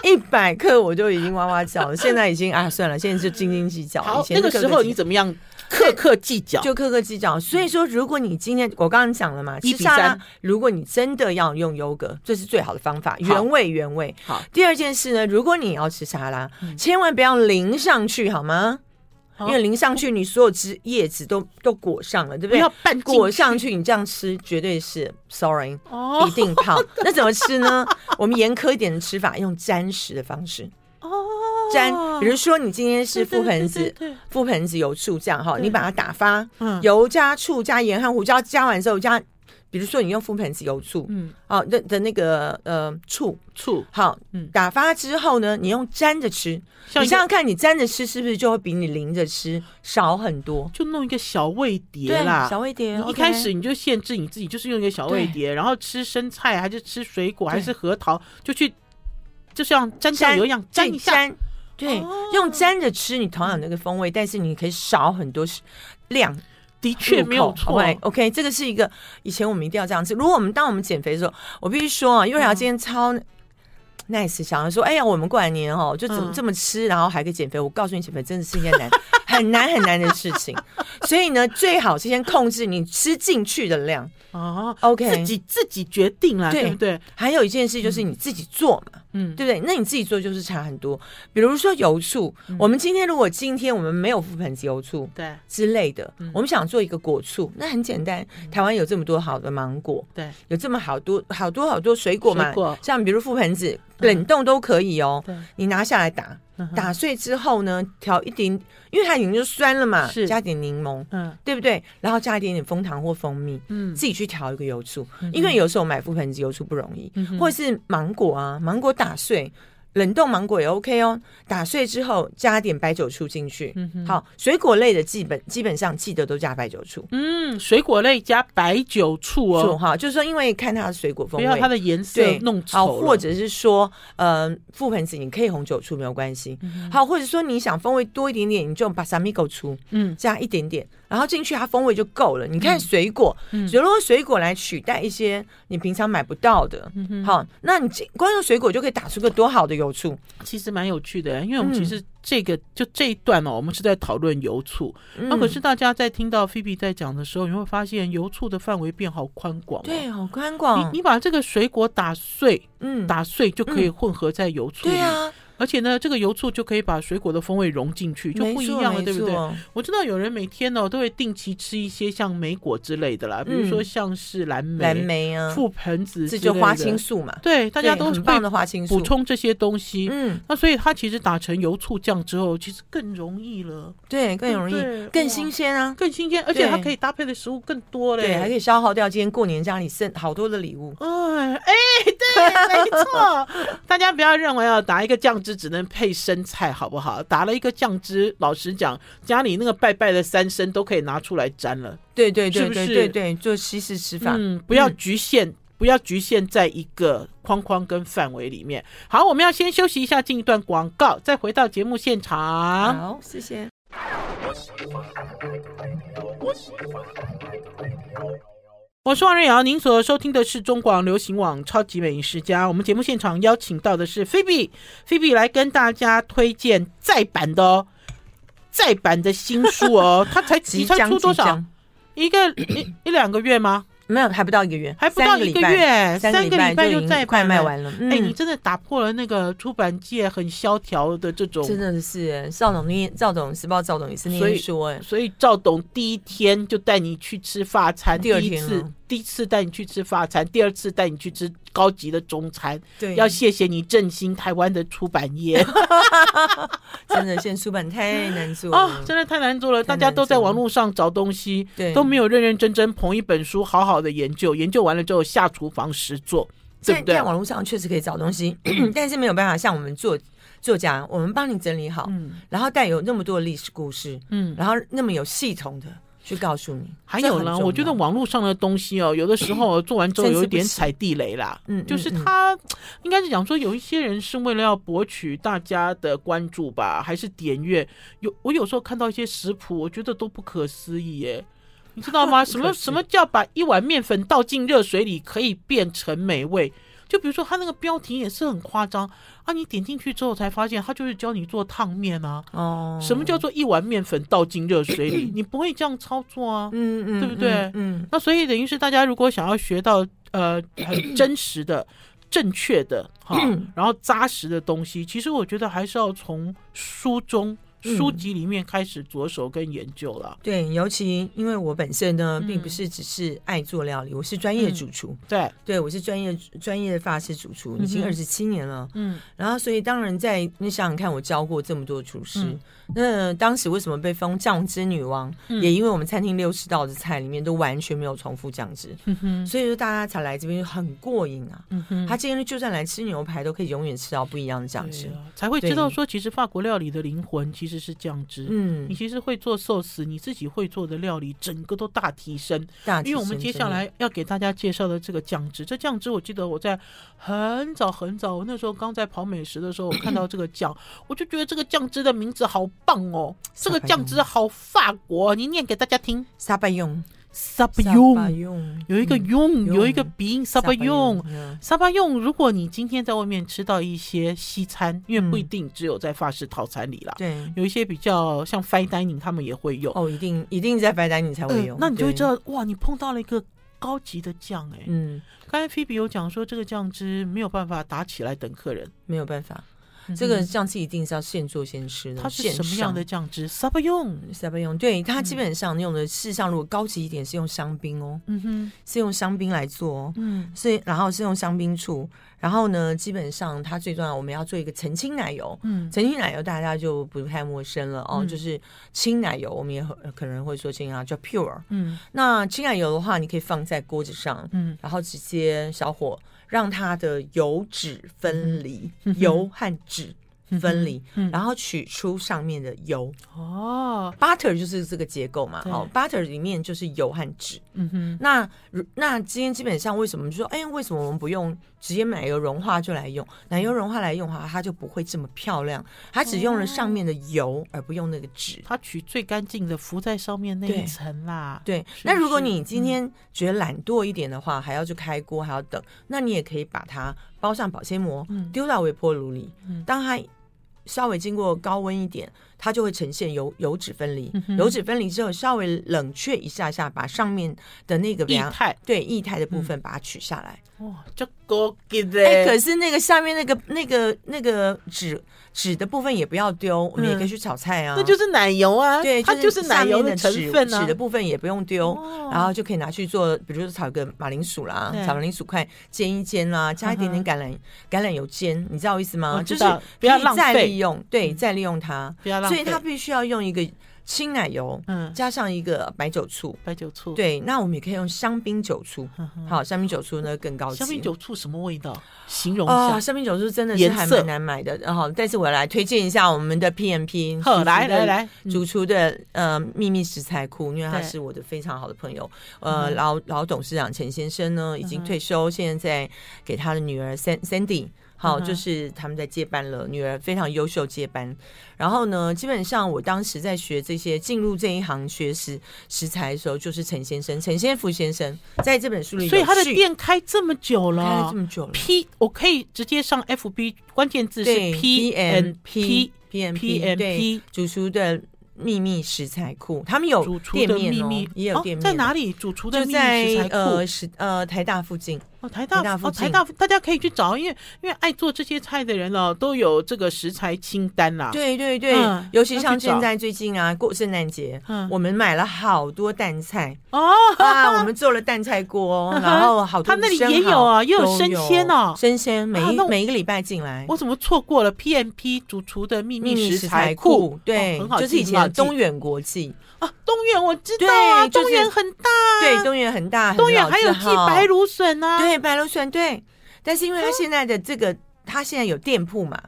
[SPEAKER 2] 一百克我就已经哇哇叫了，现在已经啊算了，现在就斤斤计较。
[SPEAKER 1] 好
[SPEAKER 2] 哦以，前
[SPEAKER 1] 那个
[SPEAKER 2] 是克
[SPEAKER 1] 时
[SPEAKER 2] 克
[SPEAKER 1] 候
[SPEAKER 2] 计
[SPEAKER 1] 你怎么样克克计较？
[SPEAKER 2] 就克克计较。所以说，如果你今天我刚刚讲了嘛，
[SPEAKER 1] 一
[SPEAKER 2] 吃
[SPEAKER 1] 比
[SPEAKER 2] 沙
[SPEAKER 1] 三
[SPEAKER 2] 拉，如果你真的要用优格，这是最好的方法，原味原味。
[SPEAKER 1] 好，嗯
[SPEAKER 2] 第二件事呢，如果你要吃沙拉，千万不要淋上去，好吗？
[SPEAKER 1] 好
[SPEAKER 2] 因为淋上去，你所有枝叶子都都裹上了，对不
[SPEAKER 1] 不
[SPEAKER 2] 对
[SPEAKER 1] 要？拌进
[SPEAKER 2] 裹上去，你这样吃绝对是 sorry，
[SPEAKER 1] 哦
[SPEAKER 2] 一定胖。那怎么吃呢？我们严苛一点的吃法，用沾食的方式。沾，比如说你今天是
[SPEAKER 1] 对对
[SPEAKER 2] 覆盆
[SPEAKER 1] 对
[SPEAKER 2] 子
[SPEAKER 1] 对对，
[SPEAKER 2] 覆盆子油醋酱哈，
[SPEAKER 1] 对
[SPEAKER 2] 你把它打发，
[SPEAKER 1] 嗯
[SPEAKER 2] 油加醋加盐和胡椒，加完之后加，比如说你用覆盆子油醋，
[SPEAKER 1] 嗯
[SPEAKER 2] 哦的的那个呃醋，
[SPEAKER 1] 醋，
[SPEAKER 2] 好
[SPEAKER 1] 嗯，
[SPEAKER 2] 打发之后呢，你用沾着吃，
[SPEAKER 1] 像
[SPEAKER 2] 你
[SPEAKER 1] 一
[SPEAKER 2] 想
[SPEAKER 1] 个
[SPEAKER 2] 想看，你沾着吃是不是就会比你淋着吃少很多？
[SPEAKER 1] 就弄一个小味碟
[SPEAKER 2] 对，
[SPEAKER 1] 啦。
[SPEAKER 2] 小味碟，
[SPEAKER 1] 你一
[SPEAKER 2] OK
[SPEAKER 1] 开始你就限制你自己，就是用一个小味碟，然后吃生菜还是吃水果还是核桃，就去就像沾酱
[SPEAKER 2] 沾
[SPEAKER 1] 油一样沾一下。
[SPEAKER 2] 沾，对，
[SPEAKER 1] 哦
[SPEAKER 2] 用沾着吃，你同样有那个风味，但是你可以少很多食量，
[SPEAKER 1] 的确没有错。
[SPEAKER 2] OK，, o k 这个是一个以前我们一定要这样吃。如果我们当我们减肥的时候，我必须说啊，因为
[SPEAKER 1] 嗯
[SPEAKER 2] 瑶今天超 nice，想要说，哎呀，我们过完年哦，就怎么
[SPEAKER 1] 嗯
[SPEAKER 2] 这么吃，然后还可以减肥。我告诉你，减肥真的是一件难、很难、很难的事情。所以呢，最好是先控制你吃进去的量。
[SPEAKER 1] 哦
[SPEAKER 2] OK
[SPEAKER 1] 自己自己决定啦，
[SPEAKER 2] 对
[SPEAKER 1] 对不对？
[SPEAKER 2] 还有一件事就是你自己做嘛，
[SPEAKER 1] 嗯，
[SPEAKER 2] 对不对？那你自己做就是差很多。比如说油醋，
[SPEAKER 1] 嗯
[SPEAKER 2] 我们今天如果今天我们没有覆盆子油醋，
[SPEAKER 1] 对
[SPEAKER 2] 之类的，
[SPEAKER 1] 嗯
[SPEAKER 2] 我们想做一个果醋，那很简单。台湾有这么多好的芒果，
[SPEAKER 1] 对
[SPEAKER 2] 有这么好多好多好多水果嘛，
[SPEAKER 1] 水果
[SPEAKER 2] 像比如覆盆子，冷冻都可以哦。
[SPEAKER 1] 对，
[SPEAKER 2] 你拿下来打，
[SPEAKER 1] 嗯哼
[SPEAKER 2] 打碎之后呢，调一点，因为它已经就酸了嘛，
[SPEAKER 1] 是
[SPEAKER 2] 加点柠檬，
[SPEAKER 1] 嗯
[SPEAKER 2] 对不对？然后加一点点蜂糖或蜂蜜，
[SPEAKER 1] 嗯
[SPEAKER 2] 自己去调一个油醋。
[SPEAKER 1] 嗯
[SPEAKER 2] 因为有时候买覆盆子油醋不容易，
[SPEAKER 1] 嗯哼
[SPEAKER 2] 或者是芒果啊，芒果打碎。冷冻芒果也 OK 哦，打碎之后加点白酒醋进去，
[SPEAKER 1] 嗯哼
[SPEAKER 2] 好，水果类的基本基本上记得都加白酒醋，
[SPEAKER 1] 嗯，水果类加白酒醋
[SPEAKER 2] 醋
[SPEAKER 1] 哦，
[SPEAKER 2] 哈，就是说因为看它的水果风
[SPEAKER 1] 不要
[SPEAKER 2] 味
[SPEAKER 1] 它，的颜色
[SPEAKER 2] 对，
[SPEAKER 1] 弄
[SPEAKER 2] 好，
[SPEAKER 1] 丑了，
[SPEAKER 2] 或者是说，呃，覆盆子你可以红酒醋没有关系，
[SPEAKER 1] 嗯
[SPEAKER 2] 好，或者说你想风味多一点点，你就把 s a m i g o 醋
[SPEAKER 1] 嗯
[SPEAKER 2] 加一点点，然后进去它风味就够了。你看水果，
[SPEAKER 1] 嗯
[SPEAKER 2] 如果水果来取代一些你平常买不到的，
[SPEAKER 1] 嗯
[SPEAKER 2] 好，那你这光用水果就可以打出个多好的油醋，
[SPEAKER 1] 其实蛮有趣的，因为我们
[SPEAKER 2] 嗯
[SPEAKER 1] 其实这个、就这一段哦，我们是在讨论油醋。那、
[SPEAKER 2] 嗯
[SPEAKER 1] 哦可是大家在听到菲比在讲的时候，你会发现油醋的范围变好宽广、哦。
[SPEAKER 2] 对，好宽广，
[SPEAKER 1] 你你把这个水果打碎，
[SPEAKER 2] 嗯，
[SPEAKER 1] 打碎就可以混合在油醋里，
[SPEAKER 2] 对啊，
[SPEAKER 1] 而且呢，这个油醋就可以把水果的风味融进去，就
[SPEAKER 2] 没
[SPEAKER 1] 不一
[SPEAKER 2] 错
[SPEAKER 1] 样了，
[SPEAKER 2] 没
[SPEAKER 1] 对不对？
[SPEAKER 2] 错
[SPEAKER 1] 我知道有人每天哦都会定期吃一些像莓果之类的啦，比如
[SPEAKER 2] 嗯
[SPEAKER 1] 说像是蓝莓、
[SPEAKER 2] 蓝莓啊，
[SPEAKER 1] 覆盆子之
[SPEAKER 2] 这
[SPEAKER 1] 类的，
[SPEAKER 2] 就花青素嘛，
[SPEAKER 1] 对，大家
[SPEAKER 2] 对
[SPEAKER 1] 都
[SPEAKER 2] 很棒
[SPEAKER 1] 会
[SPEAKER 2] 的花青素
[SPEAKER 1] 补。充这些东西。
[SPEAKER 2] 嗯，
[SPEAKER 1] 那所以它其实打成油醋酱之后，其实更容易了，
[SPEAKER 2] 对，更容易
[SPEAKER 1] 对对，
[SPEAKER 2] 更
[SPEAKER 1] 哇
[SPEAKER 2] 新鲜啊，
[SPEAKER 1] 更新鲜，而且
[SPEAKER 2] 对
[SPEAKER 1] 它可以搭配的食物更多嘞。
[SPEAKER 2] 对，还可
[SPEAKER 1] 以。
[SPEAKER 2] 以消耗掉今天过年家里剩好多的礼物。
[SPEAKER 1] 哎哎，对，没错。大家不要认为啊，打一个酱汁只能配生菜，好不好？打了一个酱汁，老实讲，家里那个拜拜的三牲都可以拿出来沾了。
[SPEAKER 2] 对对
[SPEAKER 1] 是
[SPEAKER 2] 对
[SPEAKER 1] 不
[SPEAKER 2] 对
[SPEAKER 1] 是
[SPEAKER 2] 对对，做西式吃法。
[SPEAKER 1] 嗯，不要
[SPEAKER 2] 嗯
[SPEAKER 1] 局限，不要局限在一个框框跟范围里面。好，我们要先休息一下，进一段广告，再回到节目现场。
[SPEAKER 2] 好，谢谢。
[SPEAKER 1] 我是王瑞瑶，您所收听的是中广流行网《超级美食家》。我们节目现场邀请到的是菲比，菲比来跟大家推荐再版的哦，再版的新书 哦，它才
[SPEAKER 2] 即
[SPEAKER 1] 你才
[SPEAKER 2] 将
[SPEAKER 1] 出多
[SPEAKER 2] 即
[SPEAKER 1] 少
[SPEAKER 2] 将？
[SPEAKER 1] 一个一一两个月吗？
[SPEAKER 2] 没有，还不到一个月，
[SPEAKER 1] 还不到
[SPEAKER 2] 三
[SPEAKER 1] 一
[SPEAKER 2] 礼
[SPEAKER 1] 个
[SPEAKER 2] 拜
[SPEAKER 1] 月，
[SPEAKER 2] 三
[SPEAKER 1] 个礼拜
[SPEAKER 2] 就已经
[SPEAKER 1] 再
[SPEAKER 2] 快
[SPEAKER 1] 版
[SPEAKER 2] 卖
[SPEAKER 1] 了
[SPEAKER 2] 完了。
[SPEAKER 1] 哎、你
[SPEAKER 2] 嗯，
[SPEAKER 1] 真的打破了那个出版界很萧条的这种，
[SPEAKER 2] 真的是哎赵总念赵总时报赵总也是
[SPEAKER 1] 所以
[SPEAKER 2] 念说哎，
[SPEAKER 1] 所以赵董第一天就带你去吃法餐，
[SPEAKER 2] 第二
[SPEAKER 1] 一
[SPEAKER 2] 天了
[SPEAKER 1] 次第一次带你去吃法餐，第二次带你去吃高级的中餐，
[SPEAKER 2] 对，
[SPEAKER 1] 要谢谢你振兴台湾的出版 业
[SPEAKER 2] 真的现在出版太难做
[SPEAKER 1] 哦，
[SPEAKER 2] 了。
[SPEAKER 1] 真的太难做了，
[SPEAKER 2] 太
[SPEAKER 1] 大
[SPEAKER 2] 难
[SPEAKER 1] 家都在
[SPEAKER 2] 做了
[SPEAKER 1] 网络上找东西，
[SPEAKER 2] 对
[SPEAKER 1] 都没有认认真真捧一本书好好的研究，研究完了之后下厨房实做，对
[SPEAKER 2] 在
[SPEAKER 1] 不对
[SPEAKER 2] 在？网络上确实可以找东西， 但是没有办法像我们作作家，我们帮你整理好，
[SPEAKER 1] 嗯
[SPEAKER 2] 然后带有那么多历史故事，
[SPEAKER 1] 嗯。
[SPEAKER 2] 然后那么有系统的去告诉你。
[SPEAKER 1] 还
[SPEAKER 2] 这
[SPEAKER 1] 有
[SPEAKER 2] 很
[SPEAKER 1] 呢，
[SPEAKER 2] 重要
[SPEAKER 1] 我觉得网络上的东西哦，有的时 候做完之后
[SPEAKER 2] 参差
[SPEAKER 1] 有一点
[SPEAKER 2] 不齐
[SPEAKER 1] 踩地雷啦。
[SPEAKER 2] 嗯嗯
[SPEAKER 1] 就是
[SPEAKER 2] 嗯
[SPEAKER 1] 他应该是讲说，有一些人是为了要博取大家的关注吧，还是点阅？有我有时候看到一些食谱，我觉得都不可思议 耶，你知道吗？什么
[SPEAKER 2] 不可思议
[SPEAKER 1] 什么叫把一碗面粉倒进热水里可以变成美味？就比如说他那个标题也是很夸张啊，你点进去之后才发现，他就是教你做烫面啊。
[SPEAKER 2] 哦，
[SPEAKER 1] 什么叫做一碗面粉倒进热水里？你不会这样操作啊。
[SPEAKER 2] 嗯嗯，
[SPEAKER 1] 对不对
[SPEAKER 2] 嗯嗯，
[SPEAKER 1] 那所以等于是大家如果想要学到呃 很真实的、正确的哈，然后扎实的东西，其实我觉得还是要从书中。
[SPEAKER 2] 嗯
[SPEAKER 1] 书籍里面开始着手跟研究了。
[SPEAKER 2] 对，尤其因为我本身呢，
[SPEAKER 1] 嗯
[SPEAKER 2] 并不是只是爱做料理，我是专业主厨，
[SPEAKER 1] 对，
[SPEAKER 2] 对我是专业专业法式主厨，已
[SPEAKER 1] 嗯
[SPEAKER 2] 经
[SPEAKER 1] 哼
[SPEAKER 2] 二十七年了。
[SPEAKER 1] 嗯
[SPEAKER 2] 然后，所以当然在你想想看，我教过这么多厨师，
[SPEAKER 1] 嗯
[SPEAKER 2] 那当时为什么被封酱汁女王？
[SPEAKER 1] 嗯
[SPEAKER 2] 也因为我们餐厅六十道的菜里面都完全没有重复酱汁，
[SPEAKER 1] 哼哼，
[SPEAKER 2] 所以说大家才来这边很过瘾啊。
[SPEAKER 1] 嗯哼
[SPEAKER 2] 他今天就算来吃牛排，都可以永远吃到不一样的酱汁
[SPEAKER 1] 对。啊才会知道
[SPEAKER 2] 对
[SPEAKER 1] 说，其实法国料理的灵魂其实是酱汁。
[SPEAKER 2] 嗯
[SPEAKER 1] 你，其实会做寿司，你自己会做的料理，整个都大提升。
[SPEAKER 2] 大体
[SPEAKER 1] 因为我们接下来要给大家介绍的这个酱汁，这酱汁我记得我在很早很早，我那时候刚在跑美食的时候，我看到这个酱，我就觉得这个酱汁的名字好棒哦，这个酱汁好法国，你念给大家听
[SPEAKER 2] 沙巴用，
[SPEAKER 1] s a b
[SPEAKER 2] 沙
[SPEAKER 1] o
[SPEAKER 2] 巴
[SPEAKER 1] n
[SPEAKER 2] 用
[SPEAKER 1] 有一个
[SPEAKER 2] 嗯
[SPEAKER 1] “yong”，、
[SPEAKER 2] 用
[SPEAKER 1] 有一个鼻音 s a b o n
[SPEAKER 2] 嗯
[SPEAKER 1] 沙巴用，如果你今天在外面吃到一些西餐，因为不一定只有在法式套餐里啦，
[SPEAKER 2] 嗯对
[SPEAKER 1] 有一些比较像 fine dining，他们也会用。
[SPEAKER 2] 哦，一定一定在白丹你才会
[SPEAKER 1] 呃
[SPEAKER 2] 用，
[SPEAKER 1] 那你就会
[SPEAKER 2] 对
[SPEAKER 1] 知，道，哇，你碰到了一个高级的酱哎、
[SPEAKER 2] 嗯，
[SPEAKER 1] 刚才菲比有讲说，这个酱汁没有办法打起来等客人。
[SPEAKER 2] 没有办法，
[SPEAKER 1] 嗯
[SPEAKER 2] 这个酱汁一定是要现做现吃的，
[SPEAKER 1] 它是
[SPEAKER 2] 现
[SPEAKER 1] 什么样的嗯
[SPEAKER 2] 上？
[SPEAKER 1] 酱汁沙巴用，
[SPEAKER 2] 沙巴用，对它基本上用的，事实上如果高级一点是用香槟哦，
[SPEAKER 1] 嗯哼，
[SPEAKER 2] 是用香槟来做哦，
[SPEAKER 1] 嗯
[SPEAKER 2] 所以然后是用香槟醋，然后呢，基本上它最重要，我们要做一个澄清奶油。
[SPEAKER 1] 嗯
[SPEAKER 2] 澄清奶油大家就不太陌生了哦，
[SPEAKER 1] 嗯
[SPEAKER 2] 就是清奶油，我们也很呃可能会说清啊叫 pure。
[SPEAKER 1] 嗯
[SPEAKER 2] 那清奶油的话，你可以放在锅子上，
[SPEAKER 1] 嗯
[SPEAKER 2] 然后直接小火让它的油脂分离，
[SPEAKER 1] 嗯哼
[SPEAKER 2] 油和脂分离，
[SPEAKER 1] 嗯
[SPEAKER 2] 然后取出上面的油。
[SPEAKER 1] 哦，
[SPEAKER 2] butter 就是这个结构嘛，
[SPEAKER 1] 对
[SPEAKER 2] 好、b u t t e r 里面就是油和脂。
[SPEAKER 1] 嗯哼，
[SPEAKER 2] 那如那今天基本上为什么就说，哎，为什么我们不用直接奶油融化就来
[SPEAKER 1] 嗯
[SPEAKER 2] 用？奶油融化来用的话，它就不会这么漂亮，它
[SPEAKER 1] 哦
[SPEAKER 2] 只用了上面的油，而不用那个脂。
[SPEAKER 1] 它取最干净的浮在上面那
[SPEAKER 2] 对
[SPEAKER 1] 一层啦。
[SPEAKER 2] 对，
[SPEAKER 1] 是
[SPEAKER 2] 那如果
[SPEAKER 1] 是嗯
[SPEAKER 2] 你今天觉得懒惰一点的话，还要去开锅，还要等，那你也可以把它包上保鲜膜，
[SPEAKER 1] 嗯
[SPEAKER 2] 丢到微波炉里
[SPEAKER 1] 嗯。
[SPEAKER 2] 当它稍微经过高温一点，它就会呈现油油脂分离
[SPEAKER 1] 嗯。哼
[SPEAKER 2] 油脂分离之后，稍微冷却一下下，把上面的那个
[SPEAKER 1] 液
[SPEAKER 2] 凉
[SPEAKER 1] 态，嗯
[SPEAKER 2] 对液态的部分把它取下来。
[SPEAKER 1] 哇，这高级的。
[SPEAKER 2] 哎、可是那个下面那个那个那个纸纸的部分也不要丢，我们也可以去炒菜啊。
[SPEAKER 1] 嗯那就是奶油啊，
[SPEAKER 2] 对，
[SPEAKER 1] 它就是是奶油
[SPEAKER 2] 的
[SPEAKER 1] 成分
[SPEAKER 2] 纸
[SPEAKER 1] 啊
[SPEAKER 2] 的。部分啊也不用丢，
[SPEAKER 1] 哦
[SPEAKER 2] 然后就可以拿去做，比如说炒个马铃薯啦
[SPEAKER 1] 对，嗯
[SPEAKER 2] 炒马铃薯块煎一煎啦，加一点点橄榄、橄榄油煎，你知道我意思吗？
[SPEAKER 1] 我
[SPEAKER 2] 就
[SPEAKER 1] 知
[SPEAKER 2] 是
[SPEAKER 1] 道不
[SPEAKER 2] 可
[SPEAKER 1] 要
[SPEAKER 2] 以
[SPEAKER 1] 浪
[SPEAKER 2] 再
[SPEAKER 1] 费
[SPEAKER 2] 利用，对，再利用它，
[SPEAKER 1] 不要浪
[SPEAKER 2] 所
[SPEAKER 1] 费，
[SPEAKER 2] 以它必须要用一个清奶油，
[SPEAKER 1] 嗯，
[SPEAKER 2] 加上一个白酒醋。
[SPEAKER 1] 白酒醋，，
[SPEAKER 2] 对，那我们也可以用香槟酒醋，好，香槟酒醋呢更高级。
[SPEAKER 1] 嗯香槟酒醋什么味道？形容
[SPEAKER 2] 哦，
[SPEAKER 1] 一下。
[SPEAKER 2] 香槟酒醋真的是
[SPEAKER 1] 颜
[SPEAKER 2] 还
[SPEAKER 1] 色
[SPEAKER 2] 蛮难买的，然后但是我来推荐一下我们的 PMP，
[SPEAKER 1] 呵来来来嗯
[SPEAKER 2] 主厨的呃秘密食材库，因为他
[SPEAKER 1] 对
[SPEAKER 2] 是我的非常好的朋友，呃
[SPEAKER 1] 嗯
[SPEAKER 2] 老老董事长陈先生呢已经退休，现在在给他的女儿 San- Sandy。好，
[SPEAKER 1] 嗯哼
[SPEAKER 2] 就是他们在接班了，女儿非常优秀接班。然后呢，基本上我当时在学这些进入这一行学食食材的时候，就是陈先生、陈先福先生在这本书里有
[SPEAKER 1] 嗯
[SPEAKER 2] 序，
[SPEAKER 1] 所以他的店开这么久
[SPEAKER 2] 开了
[SPEAKER 1] 了
[SPEAKER 2] 这，么久了，
[SPEAKER 1] P，我可以直接上 FB，关键字是
[SPEAKER 2] 对
[SPEAKER 1] P N P
[SPEAKER 2] P N
[SPEAKER 1] PNP
[SPEAKER 2] 对主厨的秘密食材库，他们有
[SPEAKER 1] 主厨
[SPEAKER 2] 店
[SPEAKER 1] 的
[SPEAKER 2] 面
[SPEAKER 1] 秘
[SPEAKER 2] 哦
[SPEAKER 1] 密，
[SPEAKER 2] 也有店面、
[SPEAKER 1] 在哪？里？主厨的
[SPEAKER 2] 就
[SPEAKER 1] 秘密
[SPEAKER 2] 在
[SPEAKER 1] 食材库
[SPEAKER 2] 呃食呃台大附近，
[SPEAKER 1] 哦，台
[SPEAKER 2] 台大
[SPEAKER 1] 大
[SPEAKER 2] 附
[SPEAKER 1] 哦，台
[SPEAKER 2] 近
[SPEAKER 1] 大大家可以去找，因为因为爱做这些菜的人哦，都有这个食材清单啊啦。
[SPEAKER 2] 对对对，
[SPEAKER 1] 嗯
[SPEAKER 2] 尤其
[SPEAKER 1] 要去
[SPEAKER 2] 像现
[SPEAKER 1] 找
[SPEAKER 2] 在最近啊，过圣诞节，
[SPEAKER 1] 嗯
[SPEAKER 2] 我们买了好多 蛋菜
[SPEAKER 1] 哦，
[SPEAKER 2] 啊，我们做了蛋菜锅，
[SPEAKER 1] 嗯哼
[SPEAKER 2] 然后好多
[SPEAKER 1] 他那里
[SPEAKER 2] 生
[SPEAKER 1] 也有
[SPEAKER 2] 蚝
[SPEAKER 1] 啊也有
[SPEAKER 2] 都
[SPEAKER 1] 生鲜哦
[SPEAKER 2] 生鲜每
[SPEAKER 1] 啊
[SPEAKER 2] 一
[SPEAKER 1] 那我
[SPEAKER 2] 每一个礼拜进来。
[SPEAKER 1] 我怎么错过了 P N P 主厨的秘
[SPEAKER 2] 秘密
[SPEAKER 1] 食
[SPEAKER 2] 食材
[SPEAKER 1] 库
[SPEAKER 2] 库？，对
[SPEAKER 1] 哦，很好记，
[SPEAKER 2] 就是以
[SPEAKER 1] 很好
[SPEAKER 2] 前
[SPEAKER 1] 记
[SPEAKER 2] 东远国际，
[SPEAKER 1] 啊，东园我知道啊，
[SPEAKER 2] 对就是
[SPEAKER 1] 东园很大啊，
[SPEAKER 2] 对，东远很大，很
[SPEAKER 1] 东园
[SPEAKER 2] 老
[SPEAKER 1] 还有
[SPEAKER 2] 字
[SPEAKER 1] 寄
[SPEAKER 2] 号
[SPEAKER 1] 白芦笋啊，
[SPEAKER 2] 对，白芦笋对，但是因为他现在的这个，他现在有店铺嘛，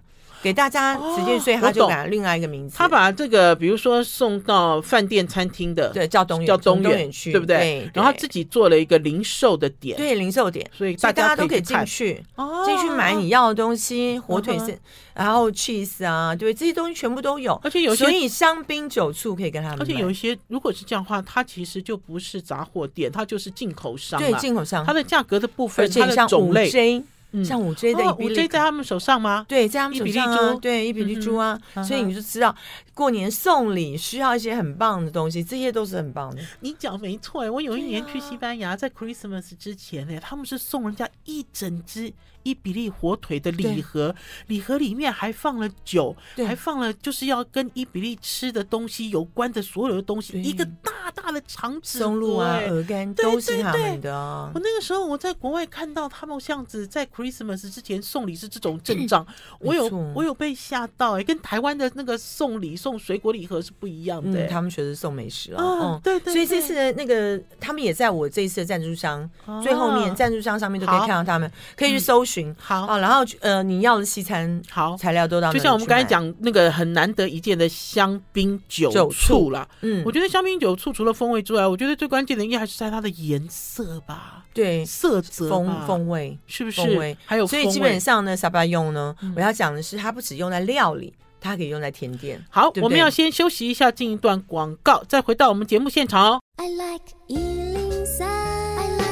[SPEAKER 2] 给大家直接，
[SPEAKER 1] 哦
[SPEAKER 2] 所以
[SPEAKER 1] 我
[SPEAKER 2] 他就
[SPEAKER 1] 懂
[SPEAKER 2] 改了另外一个名字，
[SPEAKER 1] 他把这个比如说送到饭店餐厅的，
[SPEAKER 2] 对叫东远，
[SPEAKER 1] 叫
[SPEAKER 2] 从
[SPEAKER 1] 东
[SPEAKER 2] 东
[SPEAKER 1] 远
[SPEAKER 2] 远区，
[SPEAKER 1] 对不对？然后自己做了一个零售的点，，
[SPEAKER 2] 对零售点，
[SPEAKER 1] 所以大
[SPEAKER 2] 所以大家都可
[SPEAKER 1] 可以
[SPEAKER 2] 以进
[SPEAKER 1] 看
[SPEAKER 2] 去，
[SPEAKER 1] 哦
[SPEAKER 2] 进去买你要的东西，火腿
[SPEAKER 1] 嗯哼
[SPEAKER 2] 是，然后 cheese 啊，对，这些东西全部都有，
[SPEAKER 1] 而且有些
[SPEAKER 2] 所以香槟酒醋可以跟他们买，
[SPEAKER 1] 而且有一些，如果是这样的话，它其实就不是杂货店，它就是进口商
[SPEAKER 2] 对
[SPEAKER 1] 了。
[SPEAKER 2] 进口商
[SPEAKER 1] 啊它，的价格的部
[SPEAKER 2] 而
[SPEAKER 1] 分，它
[SPEAKER 2] 且
[SPEAKER 1] 的
[SPEAKER 2] 像
[SPEAKER 1] 种
[SPEAKER 2] 五
[SPEAKER 1] 类，
[SPEAKER 2] J，
[SPEAKER 1] 嗯
[SPEAKER 2] 像五 J 的
[SPEAKER 1] 哦
[SPEAKER 2] 伊
[SPEAKER 1] 五
[SPEAKER 2] 比利
[SPEAKER 1] J 在他们手上吗？
[SPEAKER 2] 对，在他们
[SPEAKER 1] 伊
[SPEAKER 2] 手
[SPEAKER 1] 比利
[SPEAKER 2] 上啊，
[SPEAKER 1] 猪
[SPEAKER 2] 对，伊比利猪啊，
[SPEAKER 1] 嗯哼
[SPEAKER 2] 所以你就知道过年送礼需要一些很棒的东西，这些都是很棒的。
[SPEAKER 1] 你讲没
[SPEAKER 2] 啊
[SPEAKER 1] 错哎，我有一年去西班牙，在 Christmas 之前呢，他们是送人家一整只伊比利火腿的礼盒，礼盒里面还放了酒，
[SPEAKER 2] 对
[SPEAKER 1] 还放了就是要跟伊比利吃的东西有关的所有的东西，
[SPEAKER 2] 对
[SPEAKER 1] 一个大大的长纸
[SPEAKER 2] 松露
[SPEAKER 1] 盒
[SPEAKER 2] 啊、
[SPEAKER 1] 哎
[SPEAKER 2] 鹅肝
[SPEAKER 1] 对
[SPEAKER 2] 都是
[SPEAKER 1] 对
[SPEAKER 2] 他
[SPEAKER 1] 对
[SPEAKER 2] 们的啊
[SPEAKER 1] 我。那个时候我在国外看到他们这样子在 Christmas 之前送礼是这种阵仗，我有
[SPEAKER 2] 嗯没错
[SPEAKER 1] 我有被吓到哎、跟台湾的那个送礼送水果礼盒是不一样的、
[SPEAKER 2] 嗯，
[SPEAKER 1] 哎
[SPEAKER 2] 他们学的是送美食啊，
[SPEAKER 1] 啊
[SPEAKER 2] 嗯，
[SPEAKER 1] 对对
[SPEAKER 2] 所以
[SPEAKER 1] 对
[SPEAKER 2] 这次的那个他们也在我这一次的赞助商、最后面
[SPEAKER 1] 啊
[SPEAKER 2] 赞助商上面都可以
[SPEAKER 1] 好嗯
[SPEAKER 2] 看到他们，可以去搜寻
[SPEAKER 1] 好
[SPEAKER 2] 啊，然后呃你要的西餐
[SPEAKER 1] 好，
[SPEAKER 2] 材料都到，
[SPEAKER 1] 就像我们刚才，讲那个很难得一见的香槟酒
[SPEAKER 2] 酒
[SPEAKER 1] 醋
[SPEAKER 2] 醋
[SPEAKER 1] 啦，
[SPEAKER 2] 嗯，
[SPEAKER 1] 我觉得香槟酒醋除了风味之外，我觉得最关键的应该还是在它的颜色吧，
[SPEAKER 2] 对
[SPEAKER 1] 色泽吧
[SPEAKER 2] 风风味，
[SPEAKER 1] 是不
[SPEAKER 2] 风
[SPEAKER 1] 是
[SPEAKER 2] 味？
[SPEAKER 1] 还有
[SPEAKER 2] 所以
[SPEAKER 1] 风
[SPEAKER 2] 基
[SPEAKER 1] 味嗯
[SPEAKER 2] 本上呢，沙巴用呢，我要讲的是它不只用在料理，它可以用在甜点。
[SPEAKER 1] 好，
[SPEAKER 2] 对不
[SPEAKER 1] 我们
[SPEAKER 2] 对
[SPEAKER 1] 要先休息一下，进一段广告，再回到我们节目现场哦。
[SPEAKER 3] I like Ealing Sound. I like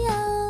[SPEAKER 3] radio.